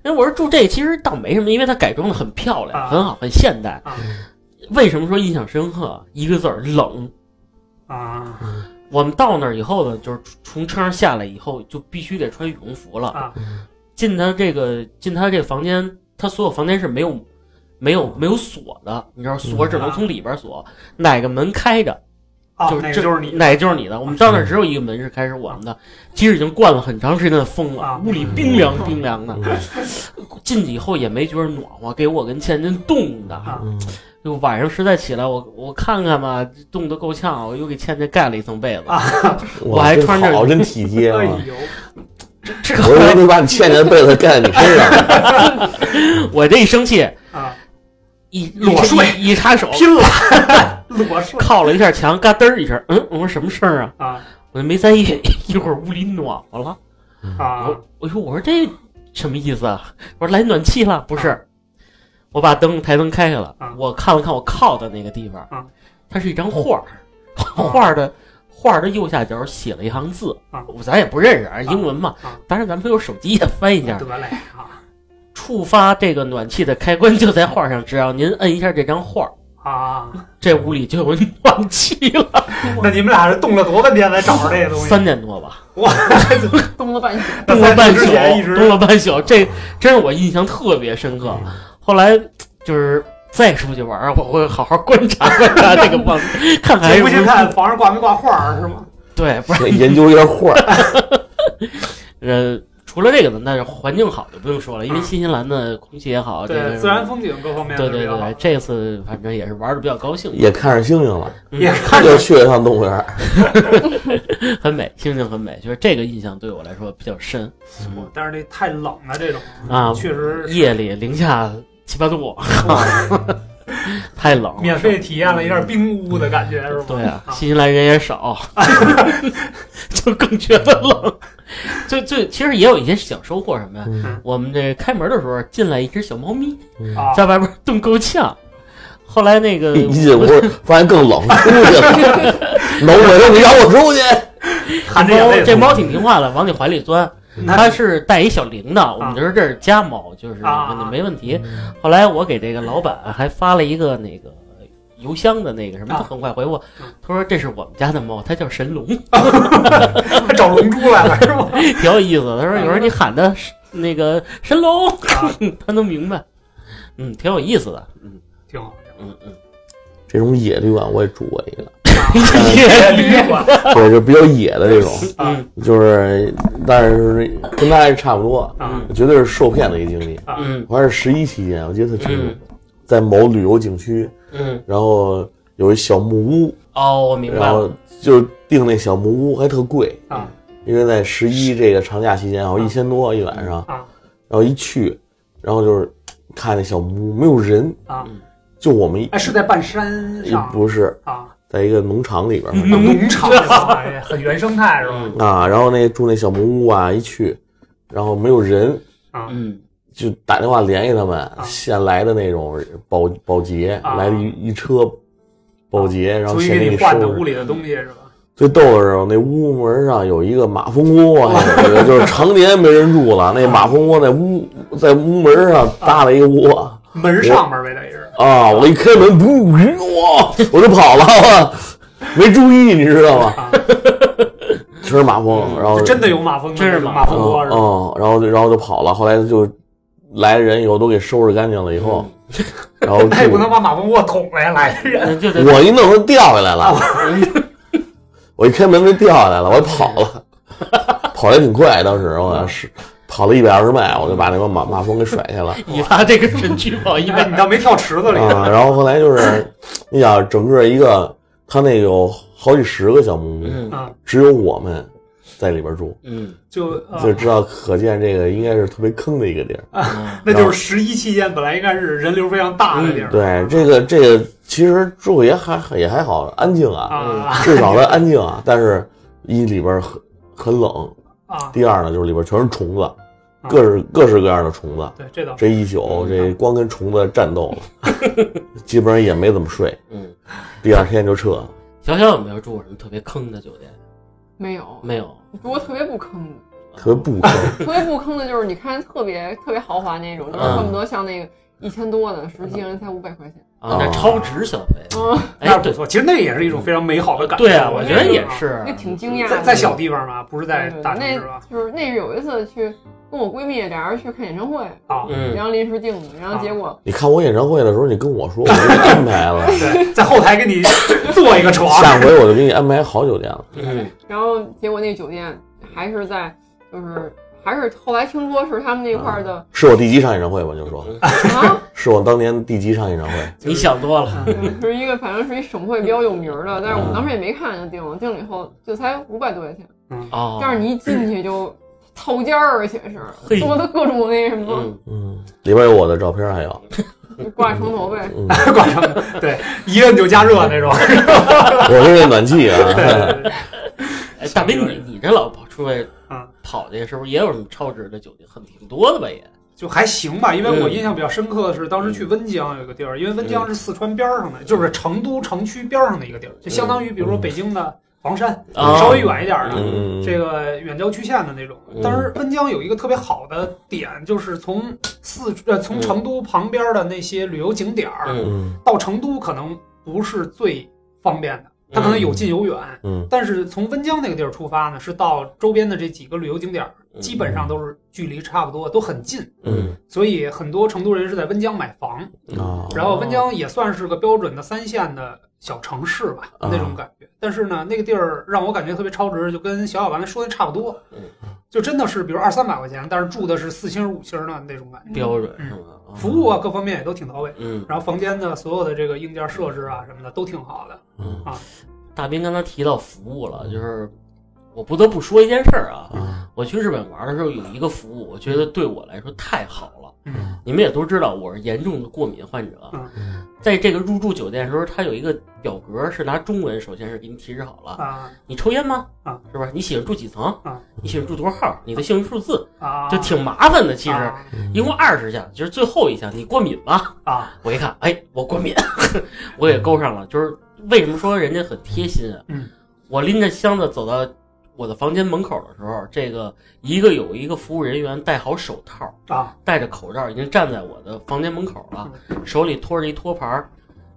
Speaker 1: 那哎我说住这其实倒没什么，因为它改装的很漂亮，
Speaker 2: 啊
Speaker 1: 很好，很现代。
Speaker 2: 啊
Speaker 1: 为什么说印象深刻？一个字儿冷。
Speaker 2: 啊
Speaker 1: 我们到那儿以后呢，就是从车上下来以后，就必须得穿羽绒服了。
Speaker 2: 啊
Speaker 1: 进他这个进他这个房间，他所有房间是没有没有没有锁的，你知道锁只能从里边锁，哪个门开着
Speaker 2: 啊，
Speaker 1: 就
Speaker 2: 那个
Speaker 1: 这
Speaker 2: 就是你
Speaker 1: 哪个就是你的。我们到那儿只有一个门是开始我们的，其实已经灌了很长时间的风了
Speaker 2: 啊，
Speaker 1: 屋里冰凉冰凉的。进去以后也没觉得暖和，给我跟倩倩冻的。
Speaker 2: 啊
Speaker 3: 嗯
Speaker 1: 就晚上实在起来，我我看看吧，冻得够呛，我又给倩倩盖了一层被子。
Speaker 2: 啊
Speaker 1: 我还
Speaker 3: 真
Speaker 1: 穿着
Speaker 3: 好，真体贴啊
Speaker 2: 哎！呦
Speaker 1: 这这
Speaker 3: 我以为
Speaker 1: 个
Speaker 3: 你把你欠的被子盖在你身上，
Speaker 1: 我这一生气，
Speaker 2: 啊，
Speaker 1: 一一
Speaker 2: 裸睡
Speaker 1: 一一插手，
Speaker 2: 拼了，裸睡
Speaker 1: 靠了一下墙，嘎噔儿一声，嗯，我说什么事儿啊？
Speaker 2: 啊
Speaker 1: 我就没在意， 一会儿屋里暖和了。
Speaker 2: 啊
Speaker 1: 我我说我说这什么意思啊？我说来暖气了，不是？我把灯台灯开开了
Speaker 2: 啊，
Speaker 1: 我看了看我靠的那个地方
Speaker 2: 啊，
Speaker 1: 它是一张画儿，画儿的画儿的右下角写了一行字
Speaker 2: 啊，
Speaker 1: 我咱也不认识啊，英文嘛
Speaker 2: 啊。
Speaker 1: 当然咱们有手机也翻一下
Speaker 2: 得。嘞啊
Speaker 1: 触发这个暖气的开关就在画上，只要您摁一下这张画儿，
Speaker 2: 啊！
Speaker 1: 这屋里就有暖气了。
Speaker 2: 那你们俩是冻了多半天才找着这个东西？
Speaker 1: 三点多吧，
Speaker 2: 哇，
Speaker 4: 冻了半宿，
Speaker 1: 冻了半
Speaker 2: 之
Speaker 1: 宿
Speaker 2: 前一，直嗯
Speaker 1: 冻了半宿，这真是我印象特别深刻。后来就是再出去玩儿，我会好好观察观察这个房子，看看还
Speaker 2: 谁
Speaker 1: 有
Speaker 2: 不
Speaker 1: 没
Speaker 2: 信
Speaker 1: 有
Speaker 2: 看房上挂没挂画儿是吗？
Speaker 1: 对，不是
Speaker 3: 得研究一下画儿。
Speaker 1: 呃，除了这个呢，那是环境好就不用说了，因为
Speaker 2: 嗯
Speaker 1: 新西兰的空气也好，这
Speaker 2: 对，
Speaker 1: 个
Speaker 2: 自然。风景各方面
Speaker 1: 啊对
Speaker 2: 都
Speaker 1: 对
Speaker 2: 比较
Speaker 1: 对
Speaker 2: 好
Speaker 1: 对，这次反正也是玩的比较高兴，
Speaker 3: 也看上星星了，
Speaker 1: 嗯
Speaker 2: 也看着
Speaker 3: 又去了趟动物园儿。
Speaker 1: 很美，星星很美，就是这个印象对我来说比较深
Speaker 2: 我 但是这太冷了，这种
Speaker 1: 啊。
Speaker 2: 确实是
Speaker 1: 夜里零下七八度， 太冷了，
Speaker 2: 免费体验了一下冰屋的感觉，是吗？
Speaker 1: 嗯对啊，新西兰人也少， 就更觉得 冷。最最其实也有一些小收获，什么呀？
Speaker 3: 嗯
Speaker 1: 我们这开门的时候进来一只小猫咪，
Speaker 2: 啊
Speaker 1: 在外边冻够呛。后来那 个
Speaker 3: 一进屋发现更冷，出去了，挠门说你让我出去。
Speaker 2: 含着
Speaker 1: 这
Speaker 2: 眼
Speaker 1: 猫
Speaker 2: 泪，
Speaker 1: 这猫挺听话的，往你怀里钻。它
Speaker 2: 那
Speaker 1: 是带一小铃铛，我们就说这是家猫，就是
Speaker 2: 啊
Speaker 1: 没问题。后来我给这个老板还发了一个那个邮箱的那个什么，
Speaker 2: 啊
Speaker 1: 他很快回我
Speaker 2: 嗯，
Speaker 1: 他说这是我们家的猫，它叫神龙，
Speaker 2: 还找龙珠来了是 吗？
Speaker 1: 挺有意思的。他说有时候你喊它那个神龙，
Speaker 4: 啊
Speaker 1: 它能明白，嗯，挺有意思的，嗯
Speaker 2: 挺好。
Speaker 1: 嗯嗯。
Speaker 3: 这种野旅馆我也住过一个，
Speaker 1: 野
Speaker 2: 哎
Speaker 1: 旅 馆，
Speaker 3: 对，就比较野的这种，
Speaker 4: 啊
Speaker 1: 嗯
Speaker 3: 就是但是跟他还是差不多，
Speaker 2: 啊
Speaker 3: 绝对是受骗的一经历。
Speaker 1: 嗯
Speaker 3: 我还是十一期间，我记得特清
Speaker 1: 嗯
Speaker 3: 楚，在某旅游景区，
Speaker 1: 嗯，
Speaker 3: 然后有一小木屋，
Speaker 1: 哦，我明白
Speaker 3: 然
Speaker 1: 了，
Speaker 3: 后就订那小木屋还特贵，
Speaker 2: 啊
Speaker 3: 因为在十一这个长假期间，好
Speaker 1: 嗯
Speaker 3: 像
Speaker 2: 啊
Speaker 3: 一千多一晚上，
Speaker 2: 啊
Speaker 3: 然后一去，然后就是看那小木屋没有人，
Speaker 2: 啊！
Speaker 3: 就我们一
Speaker 2: 哎，是在半山
Speaker 3: 一
Speaker 2: 上
Speaker 3: 不嗯是
Speaker 2: 啊，
Speaker 3: 在一个农场里边儿
Speaker 2: 那农场 哎很原生态是吧？
Speaker 1: 嗯
Speaker 3: 啊，然后那住那小木屋啊，一去，然后没有人，
Speaker 2: 啊
Speaker 1: 嗯
Speaker 3: 就打电话联系他们，现来的那种保保洁、
Speaker 2: 啊
Speaker 3: 来了一一车保洁，然后
Speaker 2: 所以
Speaker 3: 先
Speaker 2: 给
Speaker 3: 你
Speaker 2: 你
Speaker 3: 收
Speaker 2: 换的屋
Speaker 3: 拾。
Speaker 2: 里的东西是吧？
Speaker 3: 最逗的是，那屋门上有一个马蜂 窝，有一个就是常年没人住了，那马蜂窝在屋在屋门上搭了一个窝。
Speaker 2: 门上面呗，等于是
Speaker 3: 啊！我一开门，呜哇，我就跑了， 没注意，你知道吗？
Speaker 2: 啊，
Speaker 3: 全是马蜂，然后
Speaker 2: 就真的有马蜂的
Speaker 1: 真是
Speaker 2: 那种
Speaker 1: 马
Speaker 2: 马
Speaker 1: 蜂
Speaker 2: 蜂窝
Speaker 3: 嗯
Speaker 2: 是吧？
Speaker 3: 嗯，然后就然后就跑了。后来就来人以后都给收拾干净了以后， 然后
Speaker 2: 嗯那也哎不能
Speaker 3: 就
Speaker 2: 把马蜂窝捅了呀，来人
Speaker 1: 嗯，就得
Speaker 3: 我一弄它掉下 来了，我一开门它掉下来了，我跑了，跑的挺快，当时我好
Speaker 2: 嗯
Speaker 3: 像是跑了一百二十迈，我就把那个 马马蜂给甩下了。
Speaker 1: 以他这个身躯跑一
Speaker 2: 哎，
Speaker 1: 百
Speaker 2: 你倒没跳池子里
Speaker 3: 啊，然后后来就是，你想整个一个，它那有好几十个小木屋，
Speaker 1: 嗯
Speaker 2: 啊，
Speaker 3: 只有我们在里边住，
Speaker 1: 嗯
Speaker 2: 就啊
Speaker 3: 就知道可见这个应该是特别坑的一个地儿。
Speaker 1: 嗯
Speaker 2: 那就是十一期间本来应该是人流非常大的地儿，
Speaker 3: 嗯对，这个这个其实住也还也还好，安静啊，
Speaker 2: 啊
Speaker 3: 至少它安静啊。但是一里边很很冷，
Speaker 2: 啊，
Speaker 3: 第二呢就是里边全是虫子，
Speaker 2: 啊
Speaker 3: 各
Speaker 2: 嗯
Speaker 3: 式各式各样的虫子。
Speaker 2: 对这倒是
Speaker 3: 这一宿这光跟虫子战斗了， 基本上也没怎么睡，
Speaker 1: 嗯，
Speaker 3: 第二天就撤了。
Speaker 1: 小小有没有住过什么特别坑的酒店？
Speaker 4: 没有，
Speaker 1: 没有，
Speaker 4: 不过特别不坑的。
Speaker 3: 特别不坑，
Speaker 4: 特别不坑的就是你看特别特别豪华那种，就是
Speaker 3: 嗯
Speaker 4: 恨不得像那个一千多的，实际上才五百块钱。
Speaker 1: 啊，那
Speaker 3: 哦
Speaker 1: 超值消费，
Speaker 4: 嗯，
Speaker 2: 那
Speaker 1: 哎，
Speaker 2: 不
Speaker 1: 对
Speaker 2: 错，其实那也是一种非常美好的感受。
Speaker 1: 对啊，我觉得也
Speaker 2: 啊
Speaker 1: 是
Speaker 4: 那，挺惊讶
Speaker 2: 在
Speaker 4: 的。
Speaker 2: 在小地方嘛，不是在
Speaker 4: 对对
Speaker 2: 大城
Speaker 4: 嗯那
Speaker 2: 市吧？
Speaker 4: 就是那是有一次去跟我闺蜜俩人去看演唱会，
Speaker 2: 啊，，
Speaker 1: 嗯
Speaker 4: 然后临时定的，然后结果
Speaker 3: 你看我演唱会的时候，你跟我说，我给你安排了
Speaker 1: 嗯
Speaker 2: 对，在后台给你 做一个床，
Speaker 3: 下 回我就给你安排好酒店了。
Speaker 1: 嗯
Speaker 4: 然后结果那酒店还是在就是还是后来听说是他们那块儿的
Speaker 3: 是我第几场演唱会吧？就说
Speaker 4: 啊，
Speaker 3: 是我当年第几场演唱会，
Speaker 1: 你想多了，
Speaker 4: 嗯是一个反正是一省会比较有名儿的，但是我们当时也没看就定了，定了以后就才五百多块钱，
Speaker 1: 哦，
Speaker 4: 但是你一进去就套间儿，而且
Speaker 1: 嘿
Speaker 4: 是做的各种那什么
Speaker 1: 嗯，
Speaker 3: 嗯，里边有我的照片，还有，
Speaker 4: 就挂床头呗。
Speaker 3: 嗯，
Speaker 2: 管上对，一摁就加热那 种。
Speaker 3: 我是那暖气啊，
Speaker 2: 对
Speaker 1: 哎，大斌，你你这老跑出来
Speaker 2: 啊
Speaker 1: 跑去，是不是也有什么超值的酒店？很挺多的吧也，
Speaker 2: 就还行吧，因
Speaker 1: 嗯
Speaker 2: 为我印象比较深刻的是，当时去温江有一个地儿，因为温江是四川边儿上的，就是成都城区边儿上的一个地儿，就相当于比如说北京的房山，
Speaker 1: 嗯啊
Speaker 2: 稍微远一点儿的，
Speaker 3: 嗯，
Speaker 2: 这个远郊区县的那种。
Speaker 1: 嗯
Speaker 2: 但是温江有一个特别好的点，就是从四呃从成都旁边的那些旅游景点儿
Speaker 1: 嗯
Speaker 3: 嗯
Speaker 2: 到成都可能不是最方便的，它可能有近有远。
Speaker 3: 嗯
Speaker 2: 但是从温江那个地儿出发呢，是到周边的这几个旅游景点儿，
Speaker 1: 嗯
Speaker 2: 基本上都是距离差不多，都很近。
Speaker 3: 嗯
Speaker 2: 所以很多成都人是在温江买房，
Speaker 3: 嗯啊，
Speaker 2: 然
Speaker 1: 哦
Speaker 2: 后温江也算是个标准的三线的小城市吧，
Speaker 3: 啊
Speaker 2: 那种感觉。但是呢，那个地儿让我感觉特别超值，就跟小小丸子说的差不多
Speaker 1: 嗯，
Speaker 2: 就真的是比如二三百块钱，但是住的是四星儿五星儿的那种感觉，
Speaker 1: 嗯标准是吗？哦
Speaker 2: 服务啊各方面也都挺到位，
Speaker 1: 嗯，
Speaker 2: 然后房间的所有的这个硬件设置啊什么的都挺好的。
Speaker 1: 大斌刚才提到服务了，就是我不得不说一件事儿啊，
Speaker 3: 啊
Speaker 1: 我去日本玩的时候有一个服务，我觉得对我来说太好了。
Speaker 2: 嗯
Speaker 1: 你们也都知道我是严重的过敏患者
Speaker 2: 嗯，
Speaker 1: 在这个入住酒店的时候，它有一个表格是拿中文，首先是给你提示好了，
Speaker 2: 啊
Speaker 1: 你抽烟吗
Speaker 2: 啊？
Speaker 1: 是吧？你喜欢住几层
Speaker 2: 啊？
Speaker 1: 你喜欢住多少号？你的幸运数字，
Speaker 2: 啊，
Speaker 1: 就挺麻烦的。其实
Speaker 2: 啊
Speaker 1: 一共二十项，就是最后一项你过敏吗？
Speaker 2: 啊
Speaker 1: 我一看，哎，我过敏， 我也勾上了。就是为什么说人家很贴心啊？
Speaker 2: 嗯，
Speaker 1: 我拎着箱子走到我的房间门口的时候，这个一个有一个服务人员戴好手套，
Speaker 2: 啊
Speaker 1: 戴着口罩，已经站在我的房间门口了，
Speaker 2: 嗯
Speaker 1: 手里托着一托盘儿，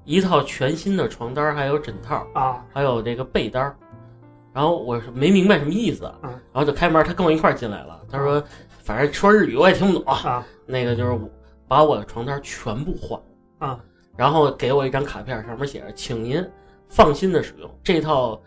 Speaker 1: 一套全新的床单儿，还有枕套，
Speaker 2: 啊
Speaker 1: 还有这个被单儿。然后我是没明白什么意思，
Speaker 2: 嗯
Speaker 1: 然后就开门，他跟我一块儿进来了。他说，反正说日语我也听不懂，
Speaker 2: 啊
Speaker 1: 那个就是我把我的床单全部换了
Speaker 2: 啊，
Speaker 1: 然后给我一张卡片，上面写着请您放心的使用这套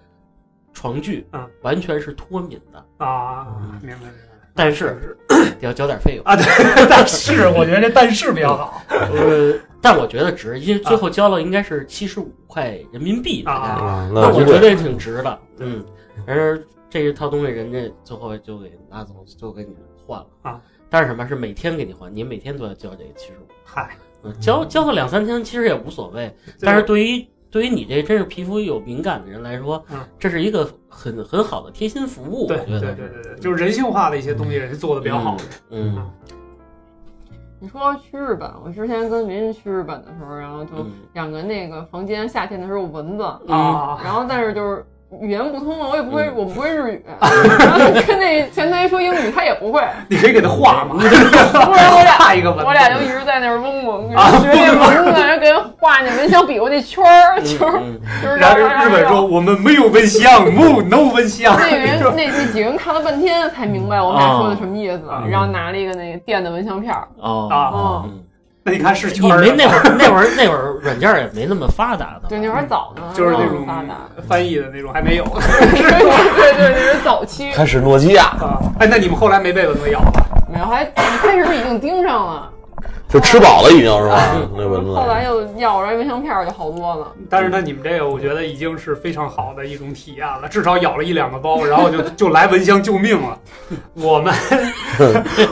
Speaker 1: 床具，
Speaker 2: 嗯，
Speaker 1: 完全是脱敏的，
Speaker 2: 啊，明白明白
Speaker 1: 但是要交点费用。
Speaker 2: 啊，对，但是我觉得这但是比较好
Speaker 1: 呃，但我觉得值，因为最后交了应该是七十五块人民币大概
Speaker 2: 啊
Speaker 3: 啊，
Speaker 1: 那我
Speaker 3: 不
Speaker 1: 觉
Speaker 3: 对，
Speaker 1: 得挺值的。嗯，然而这一套东西人家最后就给拿走，就给你换了
Speaker 2: 啊。
Speaker 1: 但是什么是每天给你换，你每天都要交这七十五，
Speaker 2: 嗨，
Speaker 1: 嗯交交个两三天其实也无所谓。但是对于对于你这真是皮肤有敏感的人来说
Speaker 2: 嗯，
Speaker 1: 这是一个很很好的贴心服务。
Speaker 2: 对
Speaker 1: 我觉
Speaker 2: 对对
Speaker 1: 得，
Speaker 2: 对对，就是人性化的一些东西，人家做的比较好。
Speaker 1: 嗯
Speaker 4: 你说要去日本，我之前跟明人去日本的时候，然后就
Speaker 1: 嗯
Speaker 4: 两个那个房间，夏天的时候有蚊子，
Speaker 2: 啊，
Speaker 4: 然后但是就是语言不通嘛，我也不会，
Speaker 1: 嗯
Speaker 4: 我不会日语，然后跟那前台说英语，他也不 会，
Speaker 2: 你可以给他画嘛，
Speaker 4: 不然我俩
Speaker 2: 画一个蚊子
Speaker 4: 我俩就一直在那儿嗡嗡，
Speaker 2: 啊
Speaker 4: 然后觉得这蚊子，然后给人画那蚊香笔划那圈儿，就是
Speaker 1: 嗯，
Speaker 4: 就是
Speaker 2: 然后日本 说。我们没有蚊香，no no 啊蚊香，
Speaker 4: 那 人那那几个人看了半天才明白我们俩说的什么意思，
Speaker 2: 啊
Speaker 4: 然后拿了一个那个电的蚊香片儿，
Speaker 1: 哦，
Speaker 2: 啊，
Speaker 4: 嗯，
Speaker 1: 嗯，
Speaker 2: 那你看是圈
Speaker 1: 因
Speaker 2: 儿啊
Speaker 1: 为
Speaker 2: 的
Speaker 1: 那会儿那会儿那会儿软件也没那么发达的，
Speaker 4: 对，那会儿早呢，
Speaker 2: 就是那
Speaker 4: 然后
Speaker 2: 种
Speaker 4: 哦发达，
Speaker 2: 翻译的那种还没有
Speaker 4: 对对对，那是早期，
Speaker 3: 开始诺基亚
Speaker 2: 啊。哎，那你们后来没被蚊子咬吧？
Speaker 4: 然后还开始已经盯上了，
Speaker 3: 就吃饱了已经是吧？
Speaker 2: 嗯
Speaker 3: 那蚊子
Speaker 4: 后
Speaker 2: 哎
Speaker 4: 来又要着蚊香片儿就好多了。
Speaker 2: 但是呢，你们这个我觉得已经是非常好的一种体验了，至少咬了一两个包，然后就 就来蚊香救命了。我 们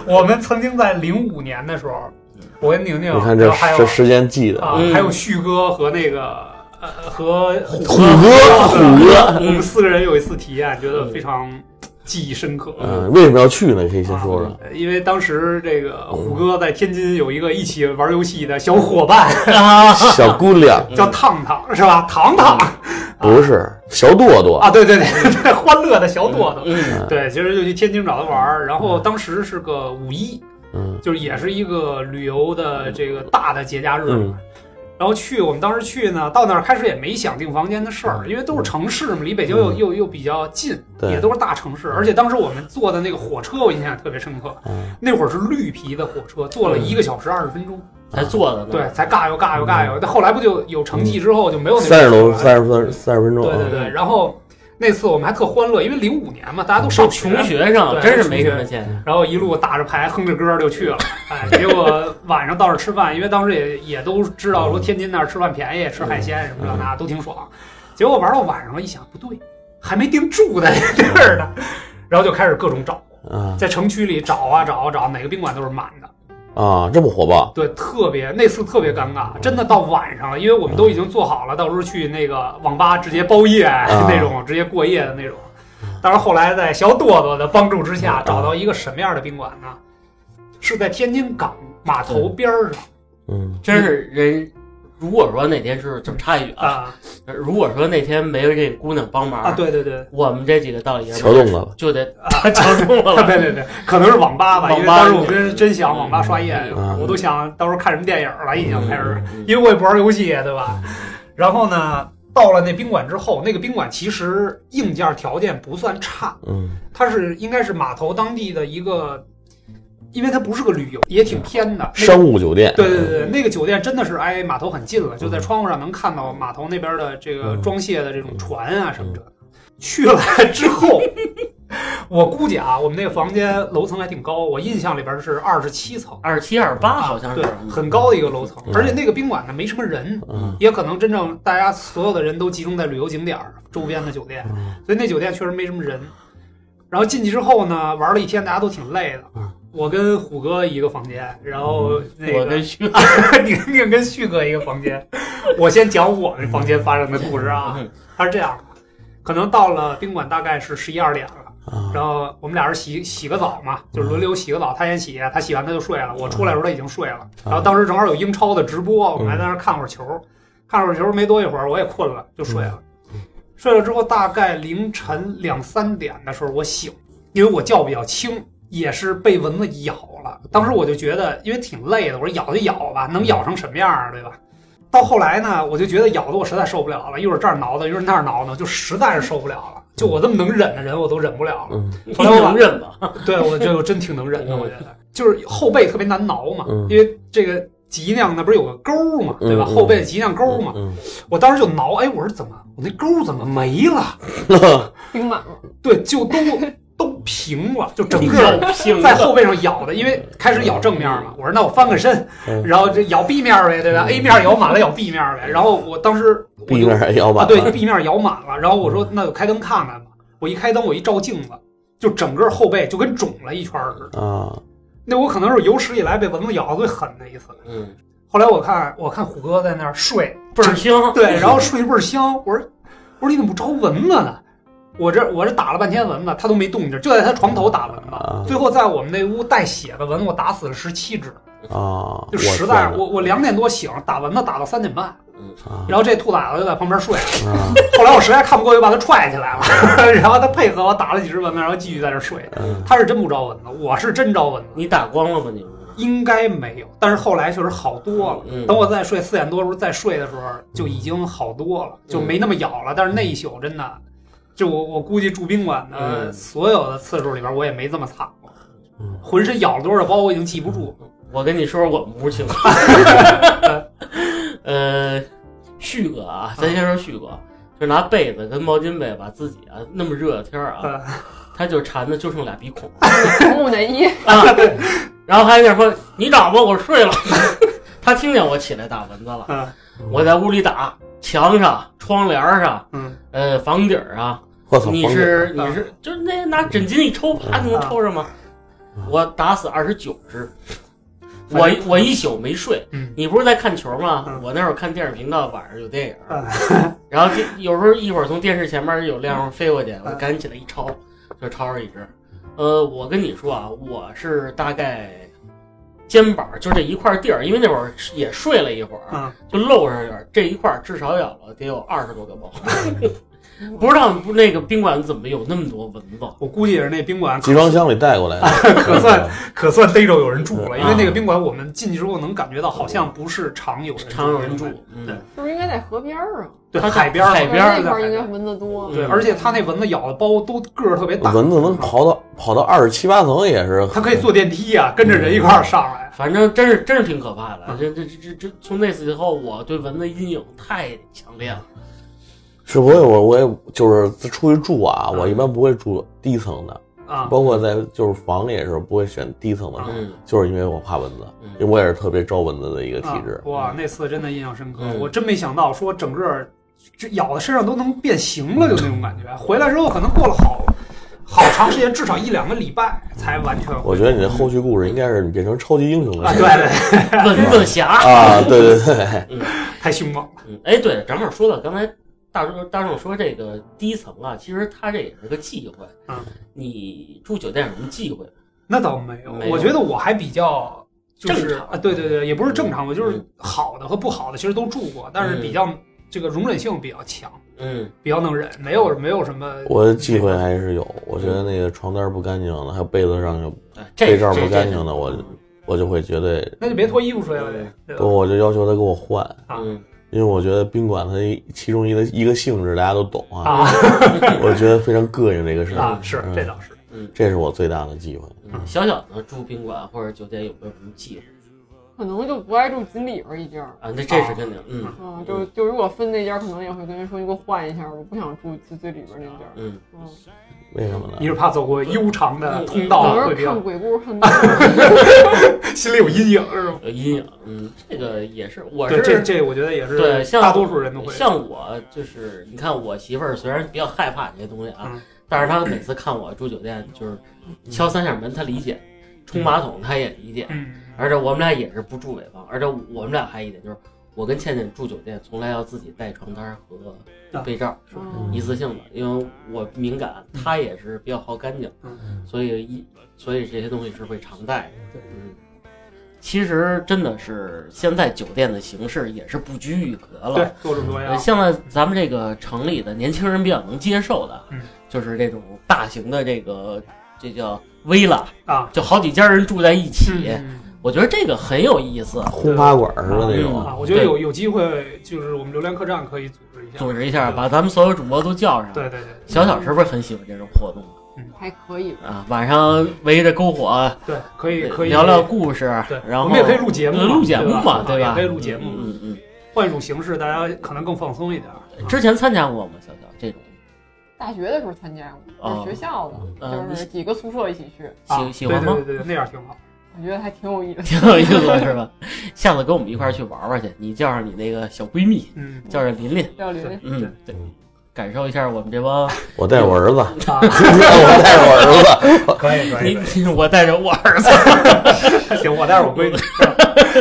Speaker 2: 我们曾经在零五年的时候，我跟宁宁，
Speaker 3: 你看
Speaker 2: 然
Speaker 3: 这
Speaker 2: 后还有
Speaker 3: 这时间记的，
Speaker 2: 啊，
Speaker 1: 嗯
Speaker 2: 还有旭哥和那个呃和虎
Speaker 3: 虎哥虎哥，
Speaker 2: 我们四个人有一次体验，觉得非常记忆深刻。
Speaker 3: 嗯，为什么要去呢？可以先说嗯说。
Speaker 2: 啊因为当时这个虎哥在天津有一个一起玩游戏的小伙伴，
Speaker 3: 小姑娘
Speaker 2: 叫烫烫，是吧？糖糖
Speaker 3: 嗯不是小朵朵
Speaker 2: 啊啊，，对对对，
Speaker 3: 嗯
Speaker 2: 对 欢乐的小朵朵。
Speaker 1: 嗯
Speaker 2: 对，其实就去天津找他玩儿，然后当时是个五一，
Speaker 3: 嗯
Speaker 2: 就是也是一个旅游的这个大的节假日嘛。
Speaker 3: 嗯
Speaker 2: 然后去，我们当时去呢，到那儿开始也没想订房间的事儿，因为都是城市嘛，离北京又又又比较近，
Speaker 3: 嗯对
Speaker 2: 也都是大城市。而且当时我们坐的那个火车，我印象特别深刻，
Speaker 3: 嗯，
Speaker 2: 那会儿是绿皮的火车，坐了一个小时二十分钟，
Speaker 1: 才做
Speaker 3: 嗯
Speaker 1: 的呢。
Speaker 2: 对，才尬悠尬悠尬悠。但后来不就有成绩之后就没有那个
Speaker 3: 三十多
Speaker 2: 车了
Speaker 3: 三十分三十分钟
Speaker 2: 对对
Speaker 3: 啊，
Speaker 2: 对。然后那次我们还特欢乐，因为零五年嘛，大家
Speaker 3: 嗯
Speaker 2: 都上
Speaker 1: 上
Speaker 2: 学啊
Speaker 1: 穷学生
Speaker 2: 对
Speaker 1: 真是没什么钱。
Speaker 2: 然后一路打着牌哼着歌就去了，哎，结果晚上到这儿吃饭，因为当时也也都知道说天津那儿吃饭便宜，吃海鲜什么这那都挺爽。结果玩到晚上了，一想不对，还没定住的地儿呢， 然后就开始各种找，
Speaker 3: 啊
Speaker 2: 在城区里找啊找啊找，哪个宾馆都是满的，
Speaker 3: 啊，这么火爆，
Speaker 2: 对，特别那次特别尴尬，真的到晚上了，因为我们都已经做好了，到时候去那个网吧直接包夜、 那种，直接过夜的那种。但是后来在小朵朵的帮助之下，
Speaker 3: 啊
Speaker 2: 找到一个什么样的宾馆呢？是在天津港码头边儿上
Speaker 3: 嗯
Speaker 1: 真是人，如果说那天是就差一远了，
Speaker 2: 啊
Speaker 1: 如果说那天没有这姑娘帮忙，
Speaker 2: 啊！对对对，
Speaker 1: 我们这几个道爷
Speaker 3: 桥洞啊了吧
Speaker 1: 就得 桥洞了
Speaker 2: 啊
Speaker 1: 吧。
Speaker 2: 别别别，可能是网吧吧，因为
Speaker 1: 网吧
Speaker 2: 当时我真真想网吧刷夜，
Speaker 3: 嗯
Speaker 2: 哎我都想到时候看什么电影了，已经开始。
Speaker 1: 嗯
Speaker 2: 因为我也不玩游戏，对吧？然后呢，到了那宾馆之后，那个宾馆其实硬件条件不算差，
Speaker 3: 嗯
Speaker 2: 它是应该是码头当地的一个，因为它不是个旅游，也挺偏的。那
Speaker 3: 商务酒店，
Speaker 2: 对对对，对那个酒店真的是挨码头很近了，
Speaker 3: 嗯
Speaker 2: 就在窗户上能看到码头那边的这个装卸的这种船啊什么
Speaker 3: 嗯
Speaker 2: 的。去了之后，我估计啊，我们那个房间楼层还挺高，我印象里边是二十七层，
Speaker 1: 二七二八好像是
Speaker 2: 啊
Speaker 1: 嗯
Speaker 2: 对，很高的一个楼层，而且那个宾馆呢没什么人，
Speaker 3: 嗯
Speaker 2: 也可能真正大家所有的人都集中在旅游景点儿周边的酒店，
Speaker 1: 嗯
Speaker 3: 嗯
Speaker 2: 所以那酒店确实没什么人。然后进去之后呢，玩了一天，大家都挺累的
Speaker 3: 嗯。
Speaker 2: 我跟虎哥一个房间，然后那
Speaker 1: 嗯我
Speaker 2: 个
Speaker 1: 跟徐
Speaker 2: 宁宁跟旭哥一个房间。我先讲我们房间发生的故事啊，
Speaker 1: 嗯
Speaker 2: 他是这样的，可能到了宾馆大概是十一二点了。
Speaker 3: 啊
Speaker 2: 然后我们俩人洗洗个澡嘛，就是轮流洗个澡，他先洗，他洗完他就睡了。我出来的时候他已经睡了。然后当时正好有英超的直播，我们还在那儿看会儿球，看会儿球没多一会儿我也困了，就睡了。睡了之后大概凌晨两三点的时候我醒，因为我觉比较轻，也是被蚊子咬了。当时我就觉得，因为挺累的，我说咬就咬吧，能咬成什么样啊，对吧？到后来呢，我就觉得咬的我实在受不了了，一会儿这儿挠挠，一会儿那儿挠挠，就实在是受不了了。就我这么能忍的人，我都忍不了了。
Speaker 3: 嗯
Speaker 1: 你能忍吧？
Speaker 2: 对，我觉得我真挺能忍的，我觉得就是后背特别难挠嘛，
Speaker 3: 嗯
Speaker 2: 因为这个脊梁那不是有个沟嘛，对吧？
Speaker 3: 嗯嗯
Speaker 2: 后背的脊梁沟嘛，
Speaker 3: 嗯，
Speaker 2: 我当时就挠，哎，我说怎么我那沟怎么没了？
Speaker 4: 冰满了，
Speaker 2: 对，就都 都平了，就整
Speaker 1: 有
Speaker 2: 个
Speaker 1: 病
Speaker 2: 在后背上咬的，因为开始咬正面嘛，我说那我翻个身
Speaker 3: 嗯，
Speaker 2: 然后这咬 B 面呗，对吧
Speaker 3: 嗯
Speaker 2: ？A 面咬满了，咬 B 面呗。然后我当时我
Speaker 3: 避
Speaker 2: 就
Speaker 3: 面要吧？
Speaker 2: 啊，对，B 面咬满了，然后我说那就开灯看看吧。我一开灯，我一照镜子，就整个后背就跟肿了一圈儿似的。
Speaker 3: 啊，
Speaker 2: 那我可能是有史以来被蚊子咬的最狠的一次。
Speaker 1: 嗯，
Speaker 2: 后来我看我看虎哥在那儿睡，
Speaker 1: 倍儿香。
Speaker 2: 对，然后睡得倍儿香。我说我说你怎么不招蚊子呢？我这我这打了半天蚊子，他都没动静，就在他床头打蚊
Speaker 3: 啊
Speaker 2: 子。最后在我们那屋带血的蚊子，我打死了十七只，
Speaker 3: 啊，
Speaker 2: 就实在是我我两点多醒，打蚊子打到三点半，
Speaker 3: 啊
Speaker 2: 然后这兔崽子就在旁边睡。
Speaker 3: 啊，
Speaker 2: 后来我实在看不过去，把他踹起来了， 然后他配合我打了几只蚊子，然后继续在那睡。
Speaker 3: 嗯
Speaker 2: 他是真不招蚊子，我是真招蚊子，
Speaker 1: 你打光了吗？你
Speaker 2: 应该没有，但是后来确实好多了。
Speaker 1: 嗯
Speaker 2: 等我再睡四点多的时候再睡的时候，就已经好多了，就没那么咬了。但是那一宿真的，就我我估计住宾馆的
Speaker 1: 嗯
Speaker 2: 所有的次数里边，我也没这么惨过
Speaker 3: 嗯。
Speaker 2: 浑身咬了多少包，我已经记不住。
Speaker 1: 我跟你说说我们屋情 况。呃，旭哥啊，咱先说旭哥，就拿被子跟毛巾被把自己啊，那么热的天儿
Speaker 3: 嗯
Speaker 1: 啊，他就馋的就剩俩鼻孔了
Speaker 4: 木 乃伊，
Speaker 1: 啊，然后还在那说你找吧，我睡了。 他听见我起来打蚊子了，
Speaker 2: 嗯
Speaker 1: 我在屋里打墙上、窗帘上、
Speaker 2: 嗯，
Speaker 1: 呃房顶儿啊，
Speaker 3: 我操，
Speaker 1: 你
Speaker 3: 黄
Speaker 1: 是你
Speaker 2: 啊
Speaker 1: 是就是那拿枕巾一抽，啪就能抽上吗
Speaker 3: 啊？
Speaker 1: 我打死二十九只，
Speaker 2: 反
Speaker 1: 我
Speaker 2: 正
Speaker 1: 我一宿没睡
Speaker 2: 嗯。
Speaker 1: 你不是在看球吗
Speaker 2: 嗯？
Speaker 1: 我那会儿看电视频道，晚上有电影
Speaker 2: 啊，
Speaker 1: 然后这有时候一会儿从电视前面有亮光飞过去，我赶紧起来一抄，就抄着一只。呃，我跟你说啊，我是大概肩膀就这一块地儿，因为那会儿也睡了一会儿，
Speaker 2: 嗯
Speaker 1: 就露上一点儿，这一块儿至少咬了得有二十多个包。不知道不那个宾馆怎么有那么多蚊子？
Speaker 2: 我估计也是那宾馆
Speaker 3: 集装箱里带过来的，
Speaker 2: 啊 可算可算逮着有人住了，因为那个
Speaker 3: 啊
Speaker 2: 宾馆我们进去之后能感觉到，好像不是常有人
Speaker 1: 常有人住，嗯，
Speaker 4: 是不是应该在河边儿啊？
Speaker 2: 对
Speaker 1: 它
Speaker 2: 海边儿嘛
Speaker 1: 海边儿
Speaker 4: 那块
Speaker 2: 在海
Speaker 4: 儿应
Speaker 2: 边
Speaker 4: 该
Speaker 2: 儿
Speaker 4: 蚊子多。
Speaker 2: 对，
Speaker 1: 嗯
Speaker 2: 而且它那蚊子咬的包都个儿特别大，
Speaker 3: 嗯蚊子能跑到跑到二十七八层也是，
Speaker 2: 它可以坐电梯啊，跟着人一块儿上来。
Speaker 1: 反正真是真是挺可怕的
Speaker 2: 嗯。
Speaker 1: 这这这这这，从那次以后，我对蚊子阴影太强烈了。
Speaker 3: 是不会，我我也就是出去住啊，
Speaker 2: 嗯
Speaker 3: 我一般不会住低层的，
Speaker 2: 啊，
Speaker 3: 包括在就是房里也是不会选低层的，
Speaker 1: 嗯
Speaker 3: 就是因为我怕蚊子，因为
Speaker 1: 嗯，
Speaker 3: 我也是特别招蚊子的一个体
Speaker 2: 啊
Speaker 3: 质。嗯
Speaker 2: 哇，那次真的印象深刻，
Speaker 1: 嗯
Speaker 2: 我真没想到说整个就咬的身上都能变形了，就那种感
Speaker 3: 嗯
Speaker 2: 觉。回来之后可能过了好好长时间，至少一两个礼拜才完全
Speaker 3: 我觉得你的后续故事应该是你变成超级英雄
Speaker 2: 啊，
Speaker 3: 了
Speaker 2: 对对，
Speaker 1: 蚊子侠。
Speaker 3: 啊，对对对，
Speaker 2: 太凶猛了。
Speaker 1: 嗯，哎，对了，正好说到刚才大壮大壮说这个低层啊，其实他这也是个忌讳。
Speaker 2: 嗯，
Speaker 1: 你住酒店有什么忌讳？
Speaker 2: 那倒没有，
Speaker 1: 没有
Speaker 2: 我觉得我还比较。就是
Speaker 1: 正常
Speaker 2: 啊，对对对，也不是正常吧，就是
Speaker 1: 嗯
Speaker 2: 好的和不好的其实都住过，但是
Speaker 1: 嗯
Speaker 2: 比较这个容忍性比较强，
Speaker 1: 嗯
Speaker 2: 比较能忍，没有没有什么
Speaker 3: 我的忌讳还是有，我觉得那个床单不干净的，还有被子上有，
Speaker 1: 哎这
Speaker 3: 被罩不干净的我
Speaker 1: 嗯
Speaker 3: 我就会觉得，
Speaker 2: 那就别脱衣服睡了呗，对吧？
Speaker 3: 嗯我就要求他给我换，
Speaker 2: 啊
Speaker 1: 嗯
Speaker 3: 因为我觉得宾馆它一其中一个一个性质大家都懂啊，
Speaker 2: 啊
Speaker 3: 我觉得非常膈应这个事 儿，
Speaker 2: 啊，是
Speaker 3: 嗯
Speaker 2: 这倒是。
Speaker 3: 这是我最大的忌讳。
Speaker 1: 嗯，小小的住宾馆或者酒店有没有什么忌讳
Speaker 4: 可能就不爱住锦里边儿一家儿。
Speaker 1: 啊？那这是肯定，嗯
Speaker 4: 嗯，就就如果分那家儿，可能也会跟人说，你给我换一下儿，我不想住最最里边儿那家儿。
Speaker 1: 嗯，
Speaker 4: 嗯，
Speaker 3: 为什么呢
Speaker 2: 你？是怕走过悠长的通道
Speaker 4: 有
Speaker 2: 哦会比
Speaker 4: 时候看
Speaker 2: 较
Speaker 4: 鬼故事看多了，
Speaker 2: 心里有阴影是吗？
Speaker 1: 有阴影，嗯，这个也是，我
Speaker 2: 对，
Speaker 1: 是
Speaker 2: 这这我觉得也是，
Speaker 1: 对像
Speaker 2: 大多数人都会。
Speaker 1: 像我就是，你看我媳妇儿虽然比较害怕这些东西啊，
Speaker 2: 嗯
Speaker 1: 但是她每次看我住酒店，就是敲三下门，她理解；冲马桶，她也理解。
Speaker 2: 嗯，
Speaker 1: 而且我们俩也是不住尾房，而且我们俩还一点就是，我跟倩倩住酒店从来要自己带床单和被罩，
Speaker 4: 嗯
Speaker 1: 一次性的，因为我敏感，她也是比较好干净，所以一所以这些东西是会常带的
Speaker 2: 对。
Speaker 1: 嗯，其实真的是现在酒店的形式也是不拘一格了。
Speaker 2: 对，多种多
Speaker 1: 呃，
Speaker 2: 样。
Speaker 1: 现在咱们这个城里的年轻人比较能接受的，
Speaker 2: 嗯
Speaker 1: 就是这种大型的这个这叫 villa，
Speaker 2: 啊，
Speaker 1: 就好几家人住在一起，
Speaker 2: 嗯
Speaker 1: 我觉得这个很有意思。
Speaker 3: 轰趴馆似的那
Speaker 1: 嗯
Speaker 3: 种
Speaker 2: 啊，，我觉得有有机会，就是我们榴莲客栈可以组织一下。
Speaker 1: 组织一下，把咱们所有主播都叫上。
Speaker 2: 对对对，
Speaker 1: 小小是不是很喜欢这种活动啊？
Speaker 4: 还可以吧。
Speaker 1: 啊，晚上围着篝火
Speaker 2: 对，可以可以
Speaker 1: 聊聊，故事，
Speaker 2: 对，
Speaker 1: 然后
Speaker 2: 我们也可以嗯录节目嘛，
Speaker 1: 录节目嘛，
Speaker 2: 对
Speaker 1: 对吧？
Speaker 2: 也可以录节目，
Speaker 1: 嗯嗯
Speaker 2: 换一种形式，大家可能更放松一点儿。
Speaker 1: 嗯。之前参加过吗？小小这种
Speaker 4: 大学的时候参加过，
Speaker 1: 哦
Speaker 4: 就是学校的，
Speaker 1: 嗯
Speaker 4: 就是几个宿舍一起去，
Speaker 2: 啊
Speaker 1: 喜喜欢吗？
Speaker 2: 对对对对，那样挺好。
Speaker 4: 我觉得还挺有意 思。
Speaker 1: 挺有意思的是吧？下次跟我们一块儿去玩玩去，你叫上你那个小闺蜜，
Speaker 2: 嗯
Speaker 1: 叫上琳琳，
Speaker 4: 要林，
Speaker 1: 嗯，对，感受一下我们这帮
Speaker 3: 我带我儿子，
Speaker 2: 啊，
Speaker 3: 我带我儿子。
Speaker 2: 可以可以
Speaker 1: 你，你 我带着我儿子，
Speaker 2: 行，我待会儿我闺女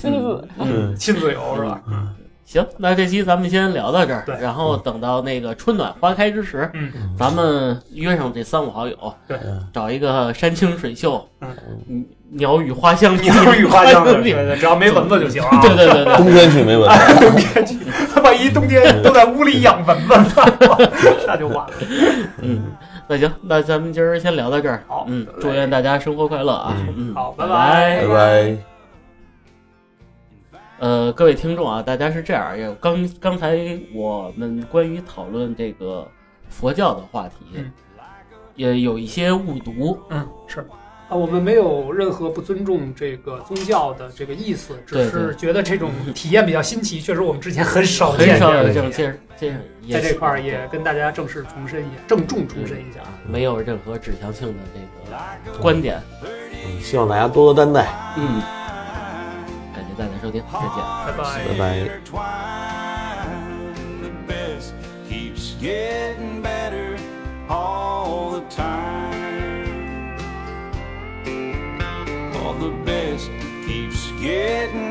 Speaker 4: 亲 自
Speaker 1: 嗯，
Speaker 2: 亲自游是吧？
Speaker 3: 嗯
Speaker 1: 行，那这期咱们先聊到这儿
Speaker 2: 对，
Speaker 1: 然后等到那个春暖花开之时，
Speaker 2: 嗯，
Speaker 1: 咱们约上这三五好友，
Speaker 2: 对，
Speaker 3: 嗯
Speaker 1: 找一个山清水秀
Speaker 2: 嗯，
Speaker 1: 嗯，鸟语花 香的地
Speaker 2: 你
Speaker 1: 方，
Speaker 2: 是雨花香的，对
Speaker 1: 对
Speaker 2: 对，只要没蚊子就行啊。
Speaker 1: 对对对，
Speaker 3: 冬天去没问题，
Speaker 2: 冬天去，他万一冬天都在屋里养蚊子， 那就完了。
Speaker 1: 嗯，那行，那咱们今儿先聊到这儿，
Speaker 2: 好
Speaker 1: 嗯
Speaker 2: 得，嘞
Speaker 1: 祝愿大家生活快乐啊，嗯，
Speaker 2: 好拜
Speaker 1: 拜
Speaker 2: 拜
Speaker 3: 拜拜。
Speaker 1: 呃，各位听众啊，大家是这样，也刚刚才我们关于讨论这个佛教的话题，
Speaker 2: 嗯
Speaker 1: 也有一些误读，
Speaker 2: 嗯，是。啊，我们没有任何不尊重这个宗教的这个意思，只
Speaker 1: 对
Speaker 2: 是
Speaker 1: 对
Speaker 2: 觉得 这种体验比较新奇，确实我们之前很少
Speaker 1: 很
Speaker 2: 见
Speaker 1: 少有
Speaker 2: 的
Speaker 1: 这种
Speaker 2: 体
Speaker 1: 介这种也
Speaker 2: 验在
Speaker 1: 是
Speaker 2: 这块儿也跟大家正式重申一下，郑重重申一下。
Speaker 1: 啊，没有任何指向性的这个观点。
Speaker 3: 嗯希望大家多多担待，
Speaker 1: 嗯，感谢大家收听，再见。
Speaker 2: 拜拜
Speaker 3: 拜拜。
Speaker 5: intertwined. The best keeps getting better all the time. All the best keeps getting